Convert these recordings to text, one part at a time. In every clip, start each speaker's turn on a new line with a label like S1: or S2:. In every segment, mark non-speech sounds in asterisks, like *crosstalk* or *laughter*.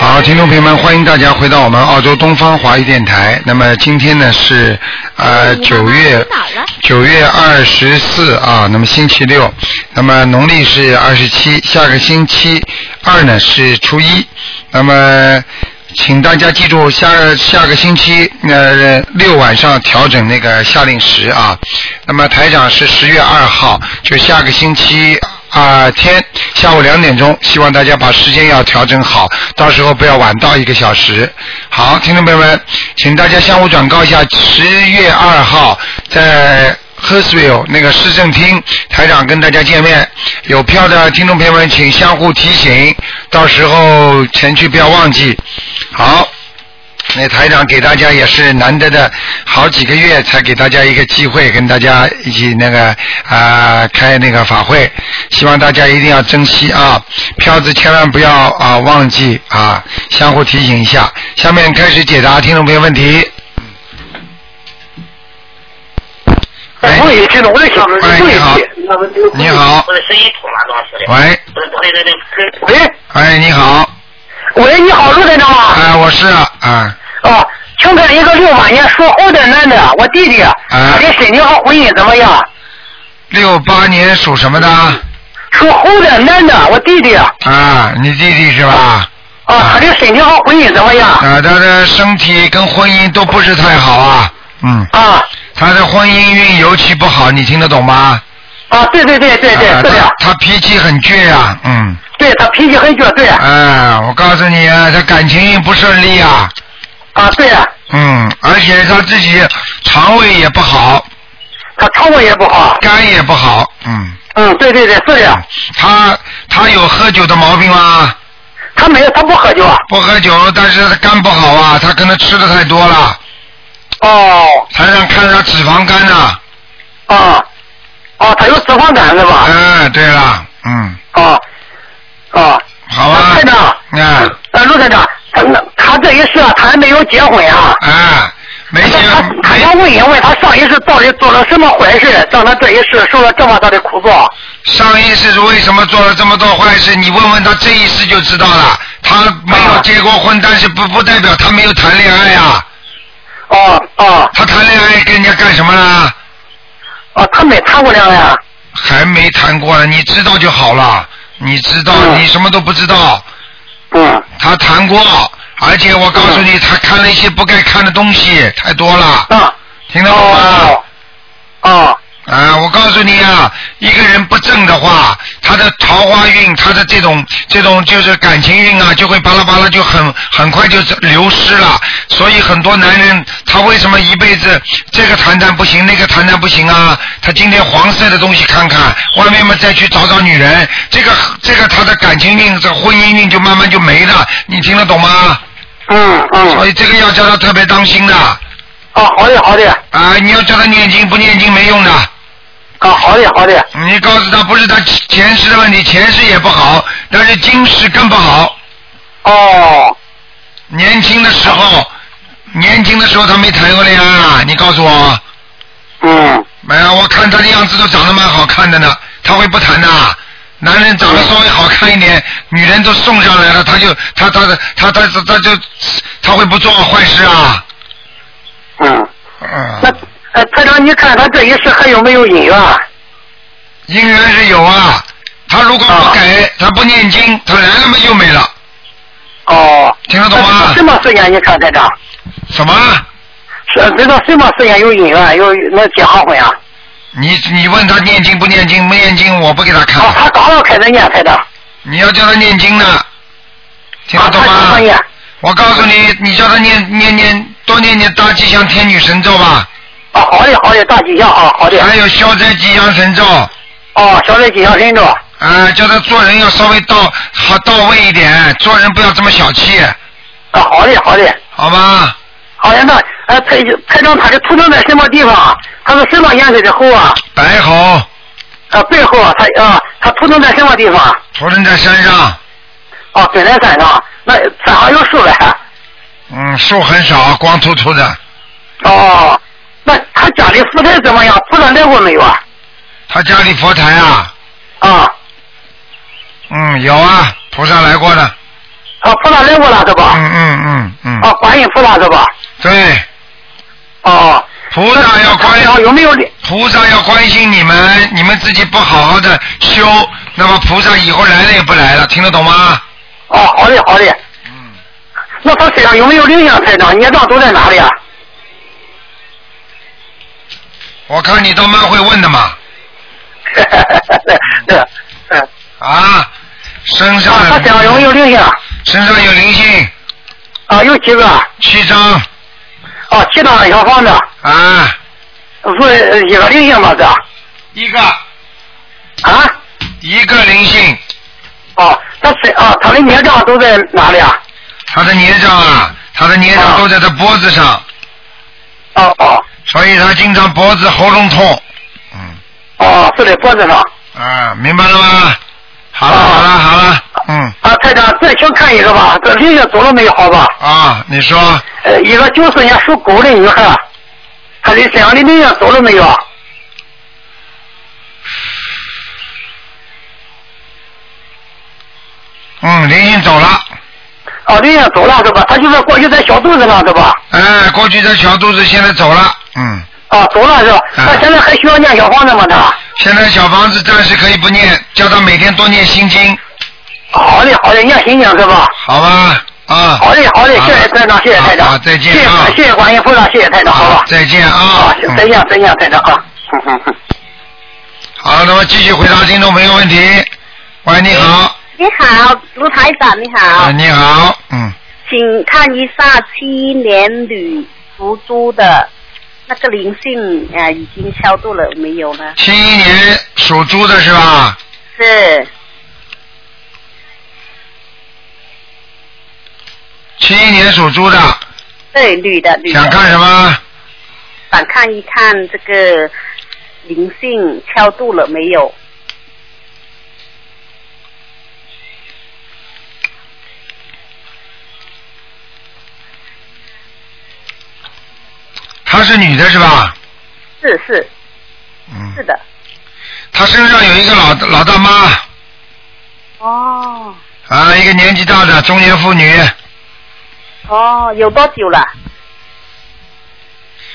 S1: 好，听众朋友们，欢迎大家回到我们澳洲东方华语电台。那么今天呢是
S2: 哎
S1: 呃九月九月二十四啊，那么星期六，那么农历是二十七，下个星期二呢是初一，那么。请大家记住，下下个星期呃六晚上调整那个夏令时啊。那么台长是十月二号，就下个星期啊、天下午两点钟，希望大家把时间要调整好，到时候不要晚到一个小时。好，听众朋友们，请大家向我转告一下，十月二号在。Hurstville 那个市政厅台长跟大家见面，有票的听众朋友们请相互提醒，到时候前去不要忘记。好，那台长给大家也是难得的，好几个月才给大家一个机会，跟大家一起那个啊、开那个法会，希望大家一定要珍惜啊，票子千万不要啊、忘记啊，相互提醒一下。下面开始解答听众朋友问题。哎，
S3: 我也听了，我也想着
S1: 哎
S3: 问
S1: 你
S3: 一
S1: 好
S3: 句。
S1: 你好，
S4: 我的声音土嘛，当时的。
S1: 喂，
S4: 我的那那那
S3: 喂
S1: 哎，你好，
S3: 喂，你好，陆队长啊。
S1: 哎，我是啊，啊
S3: 哦，请看一个六八年属猴的男的，我弟弟，
S1: 哎
S3: 他的身体和婚姻怎么样？
S1: 六八年属什么的？
S3: 属猴的男的，我弟弟，啊，
S1: 啊，你弟弟是吧？
S3: 他的身体和婚姻怎么样？
S1: 啊，他的身体跟婚姻都不是太好啊，嗯，
S3: 啊
S1: 他的婚姻运尤其不好，你听得懂吗？
S3: 啊，对对对对对，
S1: 啊他
S3: 是的，
S1: 他脾气很倔啊，嗯，
S3: 对他脾气很倔，对，
S1: 哎、我告诉你啊，他感情不顺利啊，
S3: 啊对，
S1: 嗯，而且他自己肠胃也不好，
S3: 他肠胃也不好，
S1: 肝也不好，嗯，
S3: 嗯，对对对，是的，
S1: 他他有喝酒的毛病吗？
S3: 他没有，他不喝酒，
S1: 不喝酒，但是他肝不好啊，他可能吃的太多了，
S3: 哦，
S1: 台上看他脂肪肝呐、
S3: 啊，哦，他有脂肪肝是吧？
S1: 嗯，对了，嗯，
S3: 啊啊，
S1: 好吧
S3: 啊，台长，
S1: 嗯，
S3: 呃，陆队长，他他这一世啊，他还没有结婚啊。
S1: 哎，没
S3: *laughs*
S1: 结
S3: 他他
S1: 没
S3: 想问一问，他上一世到底做了什么坏事，让他这一世受了这么大的苦报？
S1: 上一世是为什么做了这么多坏事？你问问他这一世就知道了。他没
S3: 啊
S1: 有结过婚，但是不不代表他没有谈恋爱啊。
S3: 哦哦
S1: 他谈恋爱跟人家干什么啦？
S3: 哦，他没谈过恋爱啊。
S1: 还没谈过呢，你知道就好了。你知道，
S3: 嗯
S1: 你什么都不知道。
S3: 嗯，
S1: 他谈过，而且我告诉你，他看了一些不该看的东西，太多了，
S3: 啊
S1: 听得懂吗？
S3: 哦哦
S1: 啊，我告诉你啊，一个人不正的话，他的桃花运，他的这种这种就是感情运啊，就会巴拉巴拉就很很快就流失了。所以很多男人他为什么一辈子这个谈谈不行，那个谈谈不行啊？他今天黄色的东西看看，外面嘛再去找找女人，这个这个他的感情运、这婚姻运就慢慢就没了。你听得懂吗？
S3: 嗯
S1: 所
S3: 嗯
S1: 以这个要叫他特别当心的
S3: 哦，好的好的
S1: 啊！你要叫他念经，不念经没用的。
S3: 啊好的好的
S1: 你告诉他不是他前世的问题，前世也不好，但是今世更不好。
S3: 哦
S1: 年轻的时候，年轻的时候他没谈过恋爱啊，你告诉我，
S3: 嗯
S1: 没有，我看他的样子都长得蛮好看的呢，他会不谈的啊？男人长得稍微好看一点，女人都送上来了，他就他他他他他他就他会不做坏事啊？
S3: 嗯，那
S1: 嗯，
S3: 呃，台长，你看他这一世还有没有姻缘？啊
S1: 姻缘是有啊，他如果不给，他不念经，他来了嘛又没了，
S3: 哦，
S1: 听得懂
S3: 那
S1: 吗
S3: 什？么时间？你看台长，
S1: 什么？
S3: 是知道什么时间有姻缘，有能结上婚啊？
S1: 你你问他念经不念经？不念经，我不给他看。
S3: 啊，他刚要开始念台长，
S1: 你要叫他念经呢，听得
S3: 啊，
S1: 懂
S3: 他
S1: 吗
S3: 刚？念。
S1: 我告诉你，你叫他念念念多念念大吉祥天女神咒吧，
S3: 啊，好的好的，大吉祥啊，好的。
S1: 还有消灾吉祥神咒。
S3: 哦，小的吉祥神咒。
S1: 啊、叫他做人要稍微到好到位一点，做人不要这么小气，
S3: 啊，好的好的，
S1: 好吗？
S3: 好的那呃，台台长他的图腾在什么地方啊？他是什么颜色的猴啊？
S1: 白猴，
S3: 呃，背后啊，他啊，他图腾在什么地方？
S1: 头人在山上，
S3: 哦，蹲在山上，那山上有树呗。
S1: 嗯，树很少，光秃秃的。
S3: 哦，那他家里福台怎么样？菩萨来过没有啊？
S1: 他家里佛台啊，
S3: 啊，
S1: 嗯，有啊，菩萨来过的，
S3: 啊，菩萨来过了是吧？
S1: 嗯嗯嗯嗯。
S3: 啊，观音菩萨是吧？
S1: 对。
S3: 哦。
S1: 菩萨要关
S3: 心有没有？
S1: 菩萨要关心你们，你们自己不好好的修，那么菩萨以后来了也不来了，听得懂吗？
S3: 哦，好的好的。嗯。那他身上有没有灵性？台长，孽障都在哪里啊？
S1: 我看你倒蛮会问的嘛。
S3: 哈哈 *laughs* 哈哈哈！
S1: 啊，身上。
S3: 啊他身上有没有灵性？
S1: 身上有灵性。
S3: 啊，有几个？
S1: 七张。
S3: 哦，七张小房子。
S1: 啊。
S3: 是呃一个灵性吗？这。
S1: 一个。
S3: 啊。
S1: 一个灵性。
S3: 哦，他是啊，他的孽障都在哪里啊？
S1: 他的孽障啊，他的孽障都在他脖子上。
S3: 哦哦。
S1: 所以他经常脖子喉咙痛。嗯。
S3: 哦，是在脖子上。
S1: 啊，明白了吗？好了、啊、好了好了，嗯。
S3: 啊，太长，再请看一个吧，这灵性走了没有好吧？
S1: 啊，你说。
S3: 呃，一个九四年属狗的女孩，她的身上的灵性走了没有？
S1: 嗯，灵性走了。
S3: 哦，灵性走了是吧？她就是过去在小肚子上是吧？
S1: 哎，过去在小肚子，现在走了，嗯。
S3: 啊，走了是吧？那、嗯、现在还需要念小房子吗？他
S1: 现在小房子暂时可以不念，叫他每天多念心经。
S3: 好嘞，好嘞，念心经是吧？
S1: 好吧，啊。
S3: 好嘞，好嘞，谢谢台长，谢谢台长。
S1: 啊，再见
S3: 啊！谢谢观音菩萨，谢谢台长，好吧？
S1: 再见
S3: 啊！再见，再见，台长啊！嗯嗯嗯。
S1: 好，那么继续回答听众朋友问题。喂，你好。
S2: 你好，卢台长，哎你好。
S1: 啊，你好，嗯。
S2: 请看一下七年女属猪的。那个灵性啊，已经消度了没有呢？
S1: 七一年属猪的是吧？
S2: 是。
S1: 七一年属猪的。
S2: 对，女的，女的。
S1: 想看什么？
S2: 想看一看这个灵性超度了没有？
S1: 她是女的是吧？
S2: 是是，嗯，是的。
S1: 她身上有一个老老大妈。
S2: 哦。
S1: 啊，一个年纪大的中年妇女。
S2: 哦，有多久了？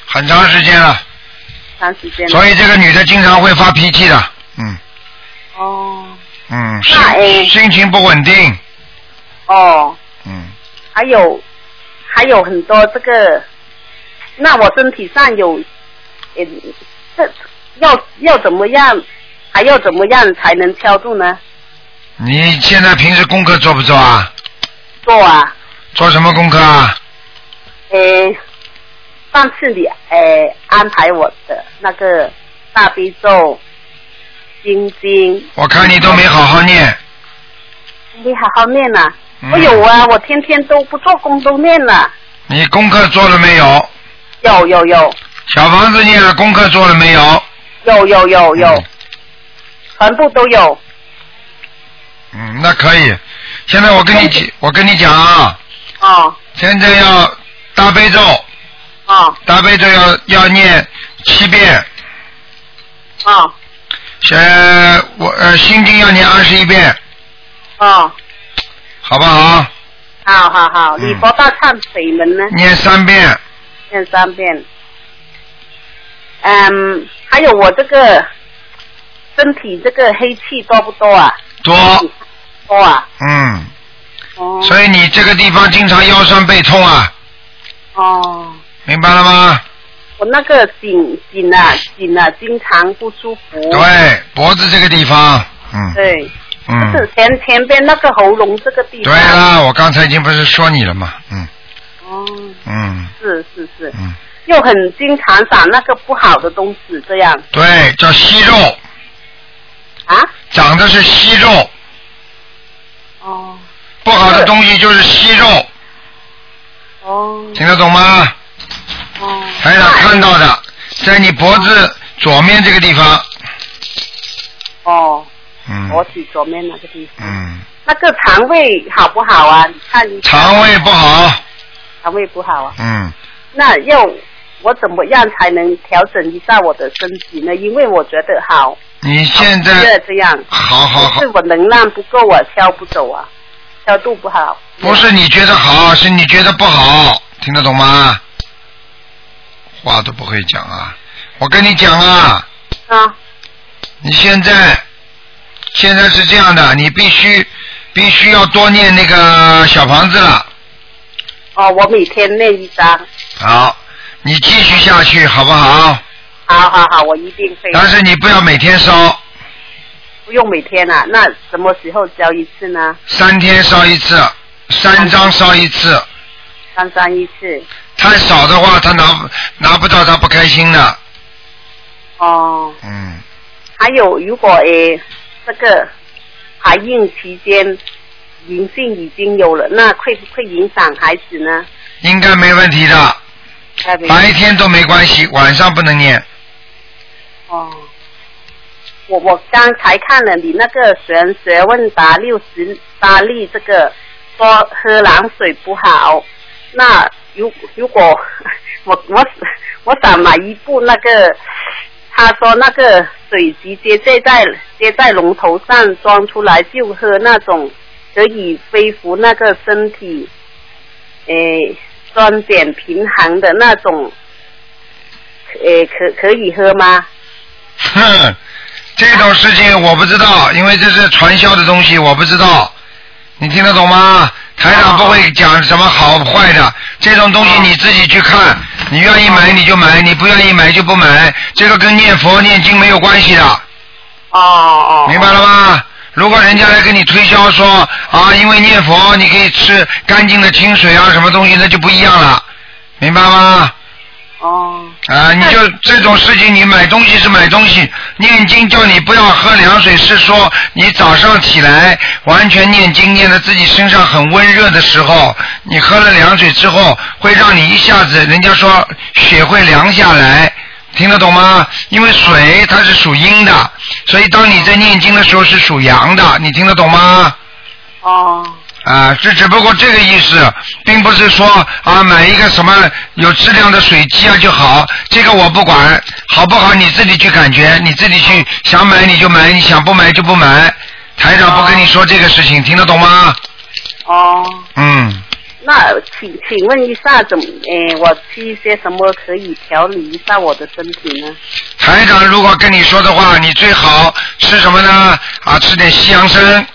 S1: 很长时间了。
S2: 长时间了。
S1: 所以这个女的经常会发脾气的，嗯。
S2: 哦。
S1: 嗯，心、哎、心情不稳定。
S2: 哦。
S1: 嗯。
S2: 还有，还有很多这个。那我身体上有，呃，这要要怎么样，还要怎么样才能敲住呢？
S1: 你现在平时功课做不做啊？
S2: 做啊。
S1: 做什么功课啊？
S2: 呃，上次你呃安排我的那个大悲咒、心经。
S1: 我看你都没好好念。
S2: 没好好念啊！嗯、我有啊，我天天都不做工都念了。
S1: 你功课做了没有？
S2: 有有有，
S1: 小房子念了，功课做了没有？
S2: 有有有有，嗯、全部都有。
S1: 嗯，那可以。现在我跟你讲，我跟你讲啊。
S2: 哦。
S1: 现在要大悲咒。
S2: 哦。
S1: 大悲咒要要念七遍。
S2: 哦。
S1: 呃，我呃心经要念二十一遍。
S2: 哦。
S1: 好不好？
S2: 好好好，礼佛大忏悔文呢？
S1: 念三遍。
S2: 念三遍，嗯，还有我这个身体这个黑气多不多啊？
S1: 多，
S2: 多啊。
S1: 嗯。
S2: 哦。
S1: 所以你这个地方经常腰酸背痛啊。
S2: 哦。
S1: 明白了吗？
S2: 我那个颈颈啊颈啊经常不舒服。
S1: 对，脖子这个地方，嗯。
S2: 对。
S1: 嗯。
S2: 是前前边那个喉咙这个地
S1: 方。对啦，我刚才已经不是说你了吗？嗯。
S2: 哦，
S1: 嗯，
S2: 是是是，
S1: 嗯，
S2: 又很经常长那个不好的东西，这样。
S1: 对，叫息肉。
S2: 啊？
S1: 长的是息肉。
S2: 哦。
S1: 不好的东西就是息肉。
S2: 哦。
S1: 听得懂吗？
S2: 哦。
S1: 台长看到的，在你脖子左面这个地方。
S2: 哦。
S1: 嗯。
S2: 脖子左面那个地方。
S1: 嗯。
S2: 那个肠胃好不好啊？你看你。
S1: 肠胃不好。
S2: 肠胃不好啊。
S1: 嗯。
S2: 那要我怎么样才能调整一下我的身体呢？因为我觉得好。
S1: 你现在
S2: 这样。
S1: 好好好。
S2: 是我能量不够啊，消不走啊，消度不好。
S1: 不是你觉得好，是你觉得不好，听得懂吗？话都不会讲啊！我跟你讲啊，
S2: 啊，
S1: 你现在现在是这样的，你必须必须要多念那个小房子了。
S2: 哦，我每天念一张，
S1: 好，你继续下去好不好？
S2: 好好好，我一定会。
S1: 但是你不要每天烧，
S2: 不用每天啊，那什么时候交一次呢？
S1: 三天烧一次，三张烧一次，
S2: 三张一次。
S1: 太少的话他拿拿不到他不开心的。
S2: 哦，
S1: 嗯，
S2: 还有如果诶、这个怀孕期间银杏已经有了，那会不会影响孩子呢？
S1: 应该没问题的，
S2: 该不会
S1: 白天都没关系，晚上不能念。
S2: 哦，我我刚才看了你那个玄学问答六十八例，这个说喝冷水不好。那如如果 *laughs* 我我我想买一部那个，他说那个水直接接在接在龙头上装出来就喝那种，可以恢复那个身体，诶，酸碱平衡的那种，诶，可可以喝吗？
S1: 哼，这种事情我不知道，因为这是传销的东西，我不知道。你听得懂吗？台长不会讲什么好坏的，这种东西你自己去看，你愿意买你就买，你不愿意买就不买，这个跟念佛念经没有关系的。
S2: 哦哦。
S1: 明白了吗？如果人家来跟你推销说啊，因为念佛你可以吃干净的清水啊，什么东西那就不一样了，明白吗？
S2: 哦。
S1: 啊，你就这种事情，你买东西是买东西，念经叫你不要喝凉水，是说你早上起来完全念经，念的自己身上很温热的时候，你喝了凉水之后，会让你一下子，人家说血会凉下来，听得懂吗？因为水它是属阴的，所以当你在念经的时候是属阳的，你听得懂吗？
S2: 哦。
S1: 啊，这只不过这个意思，并不是说啊买一个什么有质量的水机啊就好，这个我不管，好不好你自己去感觉，你自己去想买你就买，你想不买就不买。台长不跟你说这个事情，听得懂吗？
S2: 哦，
S1: 嗯，
S2: 那请请问一下，怎么诶，我吃一些什么可以调理一下我的身体呢？
S1: 台长如果跟你说的话，你最好吃什么呢？啊，吃点西洋参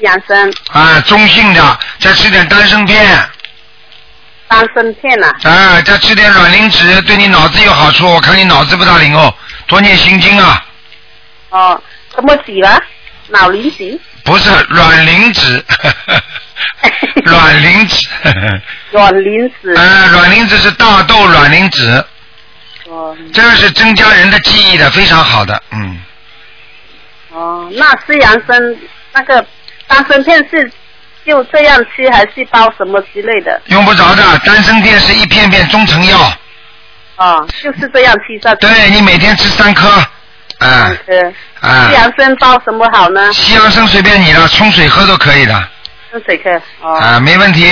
S2: 养生
S1: 啊，中性的，再吃点丹参片
S2: 丹参片呐、
S1: 啊，再吃点软磷脂，对你脑子有好处。我看你脑子不大灵哦，多念心经啊。
S2: 哦，什么子啦？脑磷脂、
S1: 不是卵磷脂，卵磷脂，
S2: 软磷脂。
S1: 呃，卵磷脂是大豆卵磷脂，
S2: 哦
S1: 这个是增加人的记忆的，非常好的，嗯，
S2: 哦，那吃养生那个丹参片是就这样吃，还是包什么之类的？
S1: 用不着的。丹参片是一片片中成药，
S2: 哦，就是这样吃下去。
S1: 对啊你每天吃三颗，啊
S2: 嗯，西
S1: 啊，
S2: 洋参包什么好呢？
S1: 西洋参随便你了，冲水喝都可以的，
S2: 是水克哦。
S1: 啊，没问题。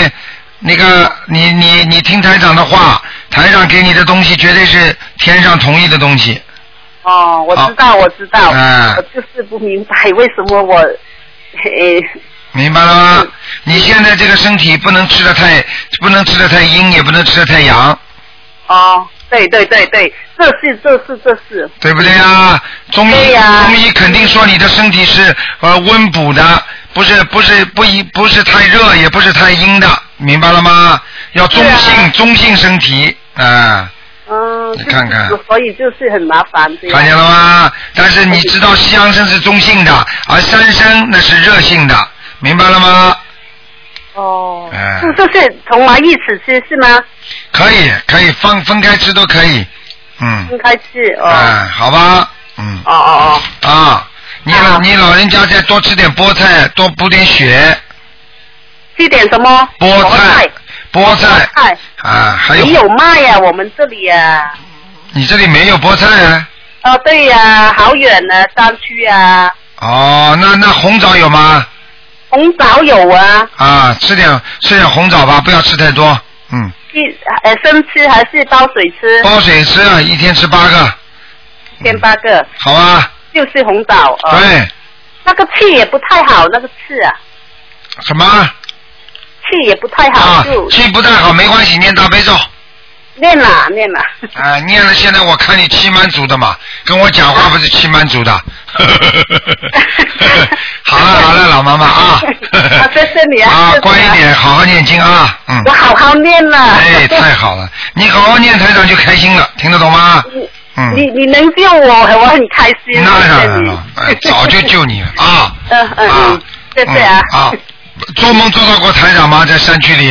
S1: 那个，你你你听台长的话，台长给你的东西绝对是天上同意的东西，
S2: 哦，我知道，我知道，
S1: 嗯
S2: 我就是不明白为什么我，诶、
S1: 明白了吗？
S2: 嗯
S1: 你现在这个身体不能吃的太不能吃的太阴，也不能吃的太阳，
S2: 哦，对对对对，这是这是这是，
S1: 对不对啊？中医、
S2: 嗯对呀
S1: 中医肯定说你的身体是呃温补的，不是不是不一不是太热，也不是太阴的，明白了吗？要中性、
S2: 对啊
S1: 中性身体啊，
S2: 嗯，
S1: 你看看
S2: 就是所以就是很麻烦，对
S1: 看见了吗？但是你知道西洋参是中性的，而三参那是热性的，明白了吗？
S2: 哦，
S1: 哎
S2: 是就是从来一起吃是吗？
S1: 可以可以分分开吃都可以，嗯，
S2: 分开吃哦，
S1: 哎，好吧，嗯。
S2: *laughs* 哦哦哦，
S1: 啊，你老
S2: 啊
S1: 你老人家再多吃点菠菜，多补点血，
S2: 吃点什么？
S1: 菠
S2: 菜
S1: 菜，菠菜
S2: 菜，
S1: 啊，还
S2: 没有卖呀、我们这里呀、
S1: 你这里没有菠菜啊？
S2: 哦，对呀、好远啊，山区啊，
S1: 哦，那那红枣有吗？
S2: 红枣有啊，
S1: 啊，吃点吃点红枣吧，不要吃太多，嗯，
S2: 一呃生吃还是煲水吃？
S1: 煲水吃啊，一天吃八个，嗯
S2: 千八个，
S1: 好吧？
S2: 就是红枣。哦、，
S5: 呃
S1: 对，
S2: 那个气也不太好，那个刺啊，
S1: 什么？
S5: 气也不太好，
S1: 啊
S5: 就，
S1: 气不太好没关系，念大悲咒。
S5: 念了念了。
S1: 啊，念了，现在我看你气满足的嘛，跟我讲话不是气满
S5: *laughs*
S1: 足的。 *laughs* 好了好了，老妈
S5: *laughs*
S1: 妈啊。
S5: 啊，谢谢你啊，
S1: 啊
S5: 谢谢，
S1: 乖一点， *laughs* 好好念经啊，嗯
S5: 我。好好念了。
S1: 哎，太好了，你好好念，台长就开心了，听得懂吗？嗯。
S5: *laughs* 你你能救我，我很开心。
S1: 那当
S5: 谢谢 *laughs*
S1: 然
S5: 你
S1: 了，哎，早就救你了啊！
S5: *laughs* 嗯嗯嗯，谢谢啊。
S1: 嗯啊，做梦做到过台长吗？在山区里？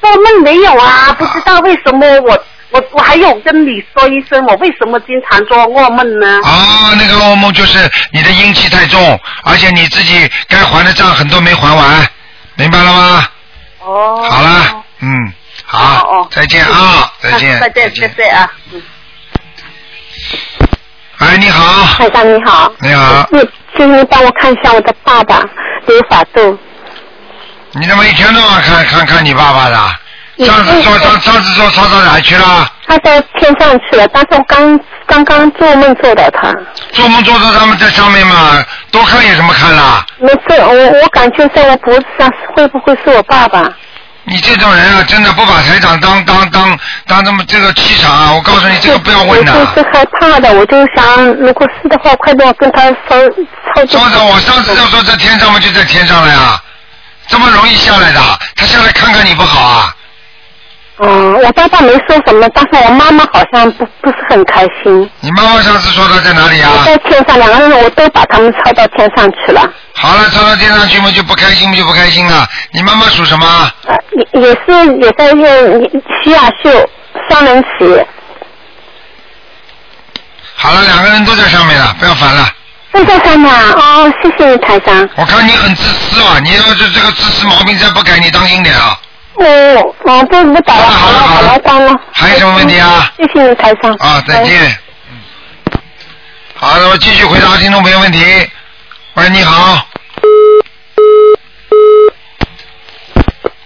S5: 做梦没有啊？不知道为什么我我我还有跟你说一声，我为什么经常做噩梦呢？
S1: 啊，那个噩梦就是你的阴气太重，而且你自己该还的账很多没还完，明白了吗？
S5: 哦，
S1: 啊好了，嗯，
S5: 哦
S1: 好
S5: 哦，
S1: 再见啊，再见，
S5: 再见，谢谢啊。嗯
S1: 哎，你好，
S6: 台长你好，
S1: 你好，
S6: 你请你帮我看一下我的爸爸刘法度，
S1: 你怎么一天到晚看看看你爸爸的？
S6: 嗯
S1: 上次说
S6: 嗯
S1: 上上次说烧到哪去了？
S6: 他到天上去了，但是我刚刚刚做梦做到他，
S1: 做梦做到他们在上面嘛，多看有什么看啦？
S6: 没事，我我感觉在我脖子上会不会是我爸爸？
S1: 你这种人啊，真的不把台长当当当当这么这个气场啊！我告诉你，这个不要问的。
S6: 我就是害怕的，我就想如果是的话，快点跟他说操作。
S1: 说着，我上次就说在天上嘛，就在天上了呀，这么容易下来的？啊他下来看看你不好啊？
S6: 嗯，我爸爸没说什么，但是我妈妈好像不不是很开心。
S1: 你妈妈上次说他在哪里啊？
S6: 在天上，两个人我都把他们抄到天上去了，
S1: 好了，上到天上去嘛，就不开心就不开心了。你妈妈属什么？啊
S6: 呃也也是也在用徐雅秀双人骑。
S1: 好了，两个人都在上面了，不要烦了。
S6: 正在上面啊！哦，谢谢你，台长。
S1: 我看你很自私啊！你要是这个自私毛病再不改，你当心点啊！
S6: 哦，哦，对不打了，好
S1: 好了
S6: 了，
S1: 好
S6: 好
S1: 了
S6: 了，当了。
S1: 还有什么问题啊？
S6: 谢谢你，台长。
S1: 啊，再见。嗯，好，那么继续回答听众朋友问题。喂，你好。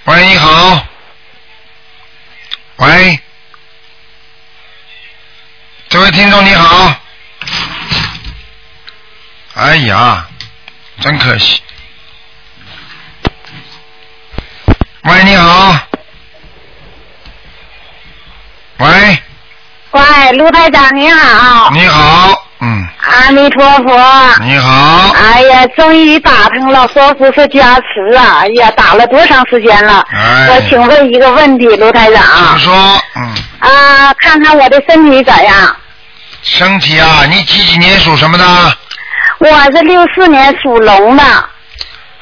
S1: 喂，你好。喂，这位听众你好。哎呀，真可惜。喂，你好。喂。
S2: 喂，卢台长您好，啊
S1: 你好，嗯，
S2: 阿弥陀佛。
S1: 你好，
S2: 哎呀，终于打通了，说是是加持啊！哎呀，打了多长时间了？
S1: 哎
S2: 我请问一个问题，卢台长
S1: 请
S2: 啊，
S1: 说，嗯，
S2: 看看我的身体咋样？
S1: 身体啊，你几几年属什么的？
S2: 我是六四年属龙的，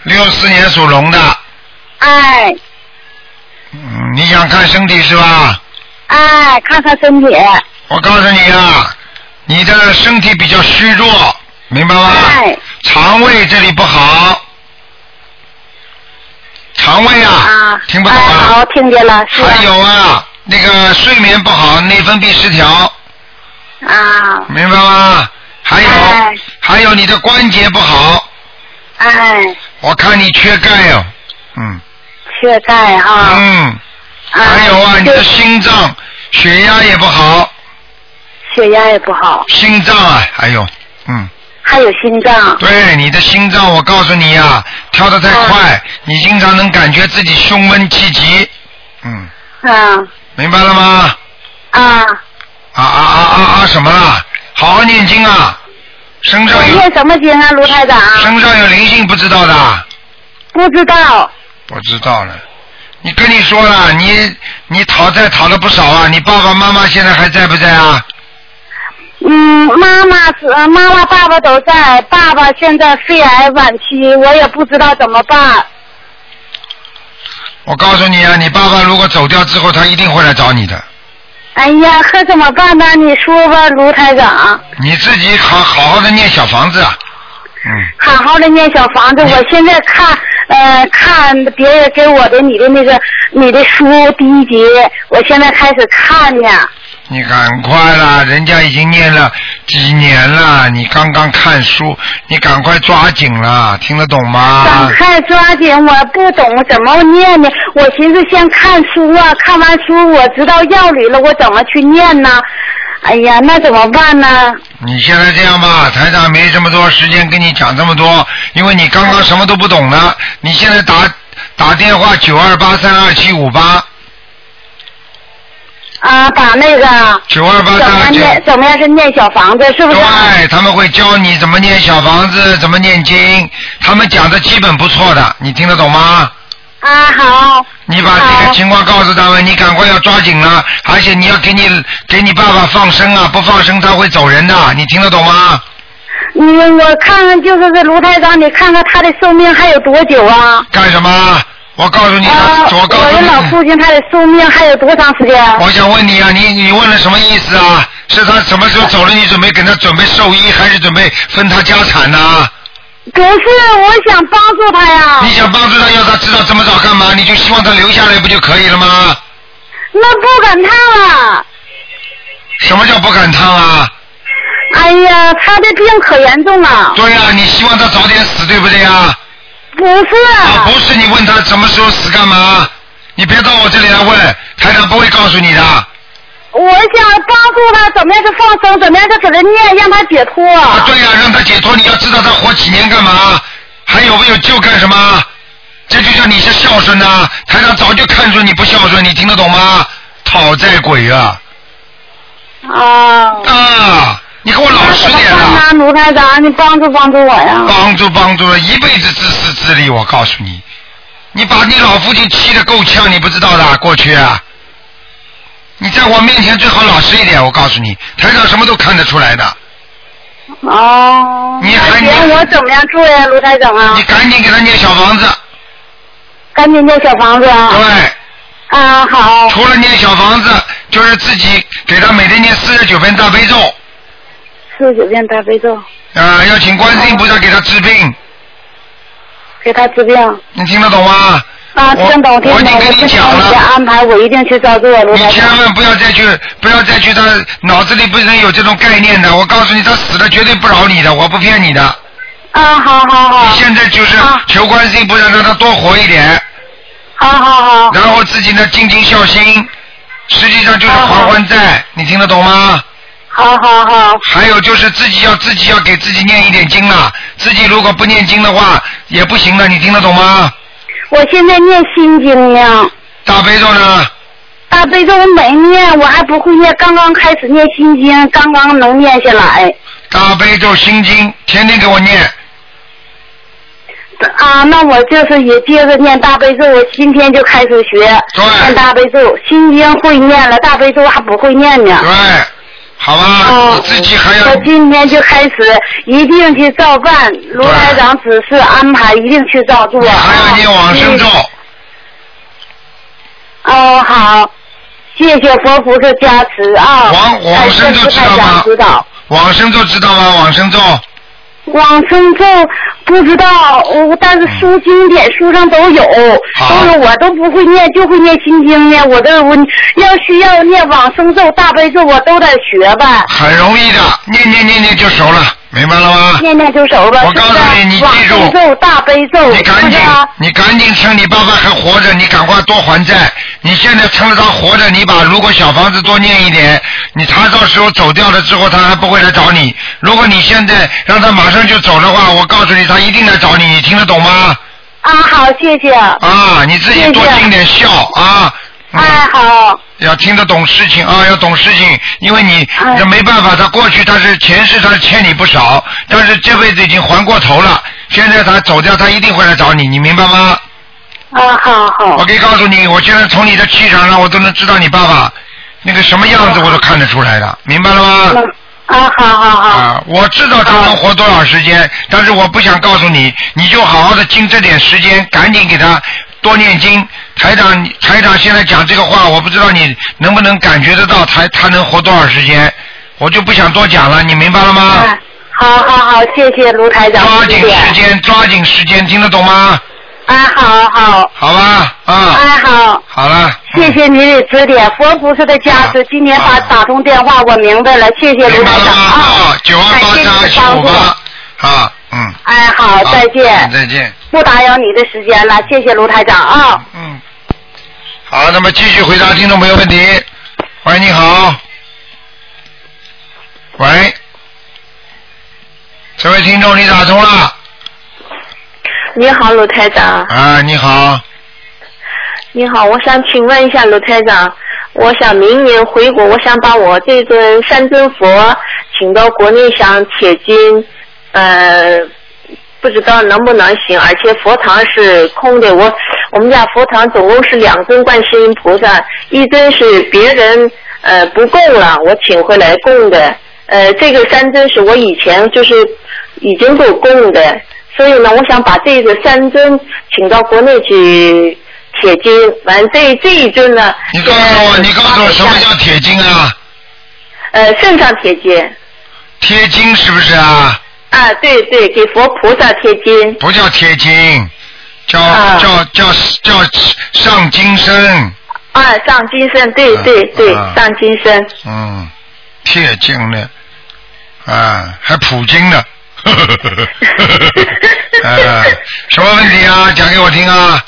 S1: 六四年属龙的，
S2: 哎
S1: 嗯，你想看身体是吧？
S2: 哎，看看身体，
S1: 我告诉你啊，你的身体比较虚弱，明白吗？
S2: 哎
S1: 肠胃这里不好，肠胃啊，
S2: 啊，
S1: 听不懂
S2: 哎
S1: 啊
S2: 好，？听见了，是
S1: 还
S2: 啊
S1: 有啊，那个睡眠不好，内分泌失调，
S2: 啊，
S1: 明白吗？还有，
S2: 哎
S1: 还有你的关节不好，
S2: 哎，
S1: 我看你缺钙哦，嗯
S2: 缺钙啊，
S1: 嗯，
S2: 啊
S1: 还有啊，你
S2: 就
S1: 的心脏血压也不好，
S2: 血压也不好，
S1: 心脏啊，还有，嗯，
S2: 还有心脏，
S1: 对，你的心脏，我告诉你啊，跳得太
S2: 啊
S1: 快，你经常能感觉自己胸闷气急，嗯，
S2: 嗯
S1: 明白了吗？
S2: 啊，
S1: 啊啊啊啊啊什么啦？好好念经啊，身
S2: 我
S1: 上有
S2: 念什么经啊，卢台长？
S1: 身上有灵性不知道的啊。
S2: 不知道。
S1: 我知道了，你跟你说了，你你讨债讨了不少啊，你爸爸妈妈现在还在不在啊？
S2: 嗯，妈妈是呃妈妈、爸爸都在，爸爸现在肺癌晚期，我也不知道怎么办。
S1: 我告诉你啊，你爸爸如果走掉之后，他一定会来找你的。
S2: 哎呀，可怎么办呢？你说吧，卢台长，
S1: 你自己好好好的念小房子啊，嗯，
S2: 好好的念小房子。
S1: 你
S2: 我现在看，呃，看别人给我的你的那个你的书第一集，我现在开始看呢。
S1: 你赶快啦，人家已经念了几年了，你刚刚看书，你赶快抓紧啦，听得懂吗
S2: 赶？快抓紧！我不懂怎么念呢，我寻思先看书啊，看完书我知道药理了，我怎么去念呢？哎呀，那怎么办呢？
S1: 你现在这样吧，台长没这么多时间跟你讲这么多，因为你刚刚什么都不懂呢。你现在打打电话九二八三二七五八，
S2: 啊，把那个
S1: 九二八
S2: 怎
S1: 三
S2: 么
S1: 二七。
S2: 念怎么样是念小房子， *laughs* 是不是？
S1: 对，他们会教你怎么念小房子，怎么念经，他们讲的基本不错的，你听得懂吗？
S2: 啊，好。
S1: 你把这个情况告诉他们，你赶快要抓紧了，而且你要给你给你爸爸放生啊，不放生他会走人的，你听得懂吗？
S2: 你我看看，就是这卢台长，你看看他的寿命还有多久啊？
S1: 干什么？我告诉你，
S2: 啊，
S1: 我
S2: 我
S1: 告诉
S2: 的
S1: 你，
S2: 老父亲他的寿命还有多长时间？
S1: 我想问你啊，你你问了什么意思啊？是他什么时候走了？你准备给他准备寿衣，还是准备分他家产呢、
S2: 不是，我想帮助他呀。
S1: 你想帮助他，要他知道这么早干嘛？你就希望他留下来不就可以了吗？
S2: 那不敢看了。
S1: 什么叫不敢烫啊？
S2: 哎呀，他的病可严重了。
S1: 对呀、你希望他早点死，对不对啊？
S2: 不是。
S1: 啊，不是，你问他什么时候死干嘛？你别到我这里来问，台长不会告诉你的。
S2: 我想帮助他，怎么样是放生，怎么样是给他念，让他解脱。
S1: 啊，对呀、让他解脱，你要知道他活几年干嘛，还有没有救干什么？这就叫你是孝顺呐、台长早就看出你不孝顺，你听得懂吗？讨债鬼啊！
S2: 啊。
S1: 啊，你给我老实点啊！
S2: 那卢台长，你帮助帮助我呀！
S1: 帮助帮助了，一辈子自私自利，我告诉你，你把你老父亲气得够呛，你不知道的啊，过去啊，你在我面前最好老实一点，我告诉你，台长什么都看得出来的，
S2: 哦。
S1: 你还
S2: 那行我怎么样做呀，卢台长啊？
S1: 你赶紧给他念小房子，
S2: 赶紧念小房子啊！
S1: 对，
S2: 啊，好。
S1: 除了念小房子，就是自己给他每天念四十九遍大悲咒，啊、
S2: 四十九遍大悲咒，
S1: 要请观世音菩萨给他治病，
S2: 给他治病。
S1: 你听得懂吗？
S2: 啊，
S1: 我
S2: 听懂听懂，
S1: 我已经跟你
S2: 不
S1: 讲
S2: 你的
S1: 了
S2: 安排，我一定去照做，卢
S1: 你
S2: 台
S1: 千
S2: 长。
S1: 万不要再去，不要再去他脑子里不能有这种概念的。我告诉你，他死了绝对不饶你的，我不骗你的。
S2: 啊，好好
S1: 你
S2: 好，
S1: 现在就是求观世音菩萨让他多活一点，
S2: 好好好。
S1: 然后自己呢尽尽孝心，实际上就是
S2: 啊
S1: 还还债，你听得懂吗？
S2: 好好好，
S1: 还有就是自己要自己要给自己念一点经了，自己如果不念经的话也不行的，你听得懂吗？
S2: 我现在念心经呢，
S1: 大悲咒呢？
S2: 大悲咒我没念，我还不会念，刚刚开始念心经，刚刚能念下来。
S1: 大悲咒心经天天给我念，
S2: 啊，那我就是也接着念大悲咒，我今天就开始学念大悲咒，心经会念了，大悲咒还不会念呢。
S1: 对，好吧，
S2: 哦
S1: 你自己还要
S2: 啊我今天就开始，一定去照办。卢台长指示安排，一定去照做。
S1: 还要念往生咒。
S2: 嗯哦，好，谢谢佛菩萨加持啊！
S1: 往往生咒知
S2: 感谢卢
S1: 道
S2: 台
S1: 吗
S2: 长指导。
S1: 往生咒知道吗？往生咒，
S2: 往生咒不知道，我但是
S1: 嗯
S2: 书经典书上都有，
S1: 好
S2: 都是我都不会念，就会念心经呢。我这我要需要念往生咒、大悲咒，我都得学吧，
S1: 很容易的，念念念念就熟了，明白了吗？
S2: 念念就熟了。
S1: 我告诉你
S2: 是不是
S1: 你
S2: 往
S1: 记住
S2: 生咒、大悲咒，
S1: 你
S2: 是
S1: 赶
S2: 不
S1: 紧
S2: 是啊？，
S1: 你赶紧趁你爸爸还活着，你赶快多还债。你现在趁着他活着，你把如果小房子多念一点，你他到时候走掉了之后，他还不会来找你。如果你现在让他马上就走的话，我告诉你，他一定来找你。你听得懂吗？
S2: 啊，好，谢谢。
S1: 啊，你自己多
S2: 谢谢
S1: 尽点孝啊。嗯
S2: 哎，好，
S1: 要听得懂事情啊，要懂事情，因为你
S2: 哎
S1: 这没办法，他过去他是前世他欠你不少，但是这辈子已经还过头了，现在他走掉，他一定会来找你，你明白吗？
S2: 啊，好
S1: 我
S2: 好，
S1: 可以告诉你，我现在从你的气场上，我都能知道你爸爸那个什么样子，我都看得出来的，明白了吗？
S2: 啊，好好好，
S1: 啊，我知道他能活多少时间，但是我不想告诉你，你就好好的经这点时间，赶紧给他多念经。台长，台长现在讲这个话，我不知道你能不能感觉得到他他能活多少时间，我就不想多讲了，你明白了吗？
S2: 哎，好好好，谢谢卢台长
S1: 啊抓
S2: 指
S1: 紧
S2: 点
S1: 时间，抓紧时间，听得懂吗？
S2: 哎，好好，
S1: 好吧，啊、
S2: 哎，好。
S1: 好了，
S2: 谢谢您的指点，佛菩萨的加持
S1: 啊。
S2: 今年打
S1: 啊
S2: 打通电话，我明白了，谢谢卢
S1: 明白
S2: 台
S1: 了
S2: 长
S1: 吗？
S2: 啊
S1: 啊，，九二
S2: 感
S1: 八
S2: 谢
S1: 三
S2: 你
S1: 二
S2: 的
S1: 七
S2: 帮
S1: 五
S2: 助。
S1: 八，啊，嗯，
S2: 哎，好，再
S1: 嗯
S2: 见，
S1: 再见。
S2: 不打扰你的时间了，谢谢卢台长啊。
S1: 嗯，好，那么继续回答听众朋友问题。喂，你好。喂，这位听众你打通了
S7: 你好，卢台长。
S1: 啊？你好，
S2: 你好，我想请问一下卢台长，我想明年回国，我想把我这尊三尊佛请到国内，想写经，呃，不知道能不能行，而且佛堂是空的，我我们家佛堂总共是两尊观世音菩萨，一尊是别人呃不供了，我请回来供的，呃，这个三尊是我以前就是已经给我供的，所以呢，我想把这个三尊请到国内去铁经，完这这一尊呢，
S1: 你告诉我，你告诉我什么叫铁经啊？
S2: 呃，肾上铁经。
S1: 贴金是不是啊？
S2: 啊，对对，给佛菩萨贴金。
S1: 不叫贴金，叫、叫叫叫上金身。
S2: 啊，上金身，对
S1: 啊
S2: 对对，
S1: 啊
S2: 上金身。
S1: 嗯，贴金的，啊，还普京呢。 *laughs* 啊，什么问题啊？讲给我听啊！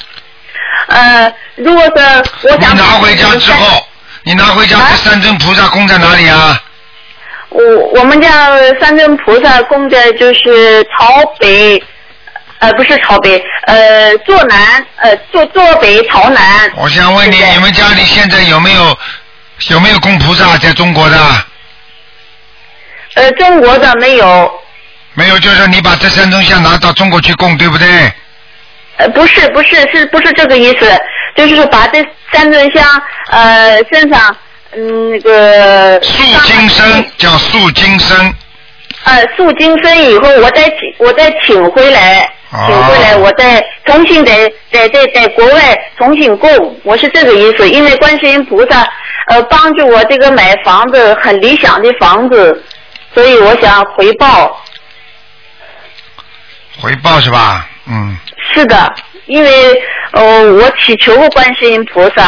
S2: 呃，如果是我想
S1: 拿回家之后，你拿回家这三尊菩萨供在哪里啊？
S2: 我我们家三尊菩萨供的就是朝北，呃，不是朝北，呃，坐南，呃，坐坐北朝南。
S1: 我想问你，你们家里现在有没有有没有供菩萨？在中国的？
S2: 呃，中国的没有。
S1: 没有，就是你把这三尊像拿到中国去供，对不对？
S2: 呃，不是不是是不是这个意思？就是说把这三尊香，呃，身上，嗯，那个
S1: 塑金身叫塑金身，
S2: 呃，塑金身以后，我再请我再请回来，
S1: 哦
S2: 请回来，我再重新在在在在国外重新供，我是这个意思。因为观世音菩萨呃帮助我这个买房子很理想的房子，所以我想回报。
S1: 回报是吧？嗯，
S2: 是的，因为呃我祈求过观世音菩萨，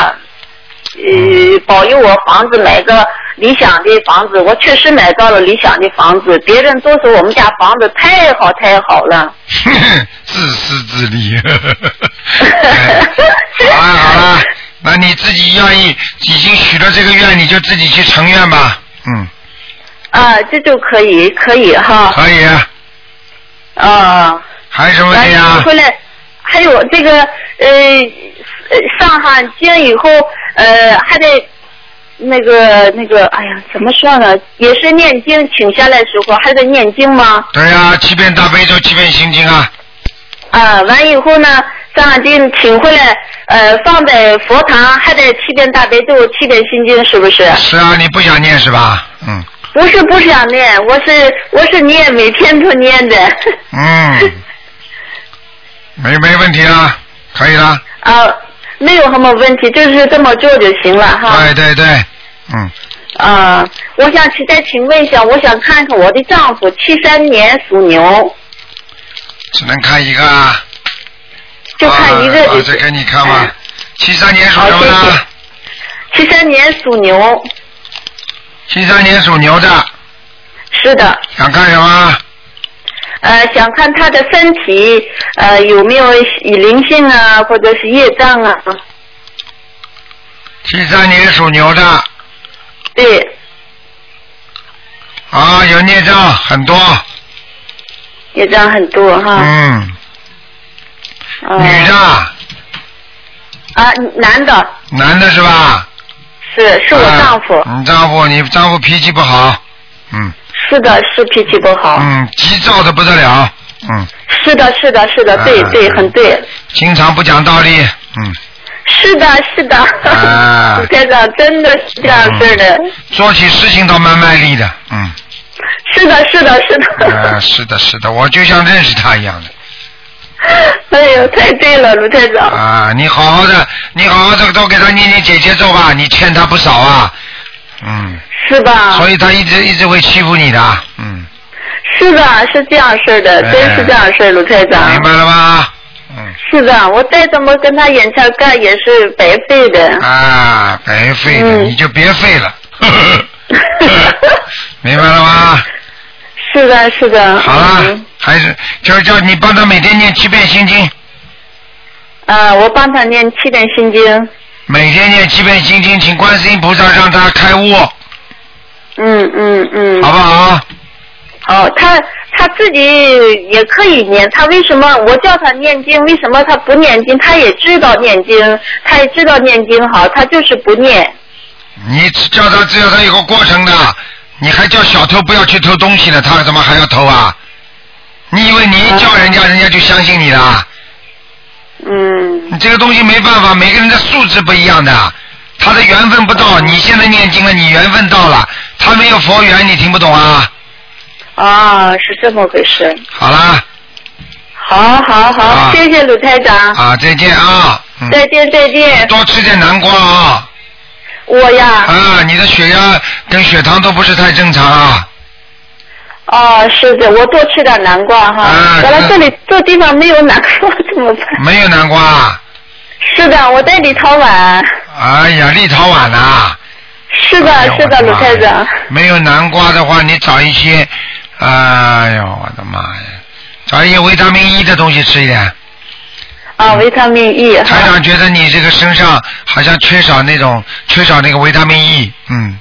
S2: 呃保佑我房子买个理想的房子，我确实买到了理想的房子，别人都说我们家房子太好太好了。
S1: *laughs* 自私自
S2: *laughs*
S1: 利。哎好了好了，那你自己愿意已经许了这个愿，你就自己去成愿吧。嗯，
S2: 啊，这就可以，可以哈。
S1: 可以。
S2: 啊。
S1: 还有什么问题
S2: 完
S1: 啊
S2: 了？回来，还有这个呃，呃上汉经以后呃，还得那个那个，哎呀，怎么说呢？也是念经，请下来时候还得念经吗？
S1: 对呀、七遍大悲咒，七遍心经啊。
S2: 啊，完以后呢，上汉经请回来，呃，放在佛堂，还得七遍大悲咒，七遍心经，是不是？
S1: 是啊，你不想念是吧？嗯
S2: 不是不想念，我是我是念，每天都念的。
S1: 嗯，
S2: *laughs*
S1: 没没问题啦，可以啦。
S2: 啊，没有什么问题，就是这么做就行了哈。
S1: 对对对，嗯，
S2: 啊，我想请再请问一下，我想看看我的丈夫，七三年属牛，
S1: 只能看一个啊。
S2: 就看一个
S1: 啊，啊再给你看吧。七三年属什么
S2: 好谢
S1: 的？
S2: 七三年属牛，
S1: 七三年属牛的，
S2: 是的，
S1: 想看什么？
S2: 呃，想看他的身体，呃，有没有灵性啊，或者是业障啊？
S1: 七三年属牛的
S2: 对，
S1: 啊，有孽障很多，
S2: 业障很多哈。
S1: 嗯，
S2: 嗯
S1: 女的，
S2: 啊，男的，
S1: 男的是吧？
S2: 是是我丈夫，
S1: 啊你丈夫，你丈夫脾气不好，嗯
S2: 是的，是脾气不好，
S1: 嗯，急躁的不得了，嗯，
S2: 是的，是的，是的，对
S1: 啊
S2: 对，很对。
S1: 经常不讲道理，嗯，
S2: 是的，是的，
S1: 啊
S2: *laughs*
S1: 嗯
S2: 台长真的是这样式的，
S1: 做起事情倒蛮卖力的，
S2: *laughs*
S1: 嗯，
S2: 是的，是的，是
S1: 啊，
S2: 的，
S1: 是的，是的，我就像认识他一样的。
S2: *laughs* 哎呦，太对了，卢台长，
S1: 啊，你好好的，你好好的都给他念念姐姐咒吧，你欠他不少啊，嗯，
S2: 是吧？
S1: 所以他一直一直会欺负你的，嗯，
S2: 是的，是这样式的，
S1: 哎
S2: 真是这样式儿，卢台
S1: 明
S2: 长。
S1: 白了吗？嗯，
S2: 是的，我再怎么跟他眼前干也是白费的。
S1: 啊，白费了，
S2: 嗯
S1: 你就别费了，呵呵明白了吗？
S2: *laughs* 是的，是的。
S1: 好了
S2: 嗯，
S1: 还是就就你帮他每天念七遍心经，
S2: 啊，我帮他念七点心经。
S1: 每天念七遍心经，请观世音菩萨让他开悟，
S2: 嗯嗯嗯。
S1: 好不好？
S2: 哦，他他
S3: 他自己也可以念，他为什么我叫他念经，为什么他不念经？他也知道念经，他也知道念经好，他就是不念。
S1: 你叫他只有他有个过程的，你还叫小偷不要去偷东西呢，他怎么还要偷啊？你以为你一叫人家，人家就相信你了？
S3: 嗯。
S1: 你这个东西没办法，每个人的素质不一样的，他的缘分不到。你现在念经了，你缘分到了，他没有佛缘，你听不懂啊？
S3: 啊，是这么回事。
S1: 好啦，
S3: 好好好，
S1: 啊
S3: 谢谢鲁台长。
S1: 啊，嗯再见啊！嗯、
S3: 再见再见。
S1: 多吃点南瓜啊！
S3: 我呀。
S1: 啊，你的血压跟血糖都不是太正常啊！
S3: 哦，是的，我多吃点南瓜哈。
S1: 啊
S3: 原来这里这地方没有南瓜， *laughs* 怎么办？
S1: 没有南瓜啊，
S3: 是的，我在立陶宛。
S1: 哎呀，立陶宛啊哎呐、
S3: 是的，
S1: 嗯
S3: 是的，鲁台长。
S1: 没有南瓜的话，你找一些，哎呦我的妈呀，找一些维他命 E 的东西吃一点。
S3: 啊，维他命 E *laughs*
S1: 台长觉得你这个身上好像缺少那种缺少那个维他命 E，嗯，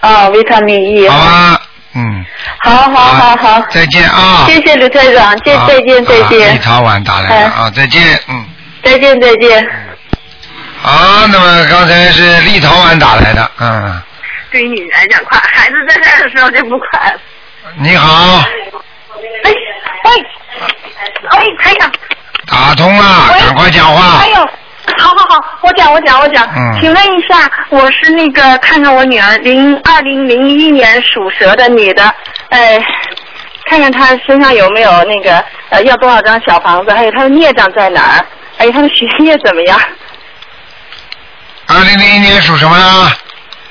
S3: 啊，维他命 E。
S1: 好吧，嗯，
S3: 好好好好。
S1: 再见啊！
S3: 谢谢鲁台长，再
S1: 好
S3: 再见再
S1: 啊立
S3: 见
S1: 陶宛打来了啊，再见，嗯。
S3: 再见再见。
S1: 好，那么刚才是立陶宛打来的，嗯，
S2: 对于女人来讲快，孩子在这儿的时候就不快了。
S1: 你好，
S2: 哎哎哎，台长，
S1: 打通了，
S2: 喂
S1: 啊赶快讲话
S2: 哎。呦，好好好，我讲我讲我讲。
S1: 嗯
S2: 请问一下，我是那个看看我女儿零二零零一年属蛇的女的，呃，看看她身上有没有那个呃要多少张小房子，还有她的孽障在哪儿，还有她的学业怎么样？
S1: 二零零一年属什么啊呢？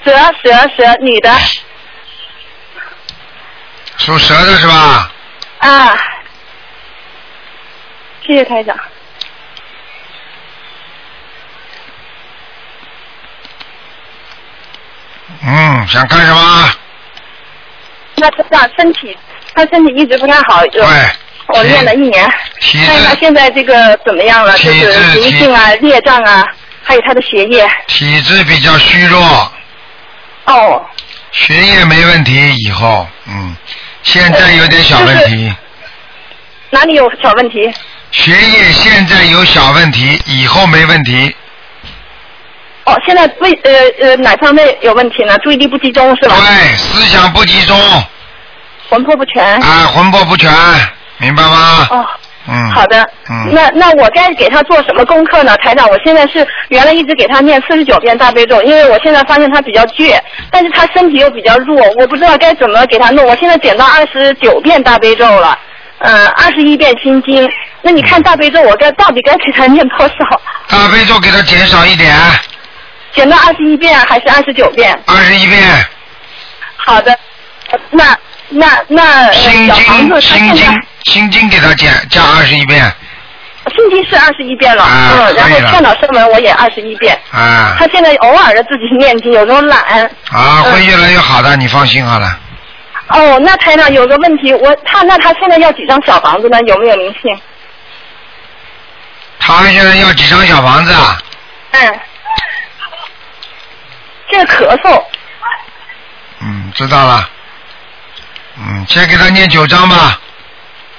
S2: 蛇蛇蛇，女的
S1: 属蛇的是吧？
S2: 啊。谢谢台长。
S1: 嗯，想看什么？
S2: 那他长身体，他身体一直不太好，有我练了一年，
S1: 哎体
S2: 看他
S1: 质
S2: 现在这个怎么样了？就
S1: 体质
S2: 是灵性啊、孽障啊，还有他的学业。
S1: 体质比较虚弱，
S2: 哦，
S1: 学业没问题，以后嗯，现在有点小问题，
S2: 哪里有小问题？
S1: 学业现在有小问题，以后没问题。
S2: 哦，现在为呃呃哪方面有问题呢？注意力不集中是吧？
S1: 对，思想不集中，
S2: 魂魄不全。
S1: 啊，魂魄不全，明白吗？
S2: 哎哦，
S1: 嗯，
S2: 好的。
S1: 嗯
S2: 那那我该给他做什么功课呢，台长？我现在是原来一直给他念四十九遍大悲咒，因为我现在发现他比较倔，但是他身体又比较弱，我不知道该怎么给他弄。我现在减到二十九遍大悲咒了，嗯、呃，二十一遍心经。那你看大悲咒，我该到底该给他念多少？
S1: 大悲咒给他减少一点，
S2: 减到二十一遍还是二十九遍？
S1: 二十一遍。
S2: 好的，那那那呃
S1: 心
S2: 小房
S1: 经
S2: 子他
S1: 心
S2: 现在
S1: 经心经给他减加二十一遍
S2: 心经是二十一遍了，
S1: 啊
S2: 嗯，
S1: 可
S2: 然后
S1: 以了
S2: 劝导声文我也二十一遍。
S1: 啊
S2: 他现在偶尔的自己念经，有时候懒。
S1: 啊，会越来越好的，你放心好了。
S2: 哦，那台长有个问题，我他那他现在要几张小房子呢？有没有明性？
S1: 他现在要几张小房子啊？
S2: 嗯，这是咳嗽。
S1: 嗯，知道了。嗯，先给他念九章吧。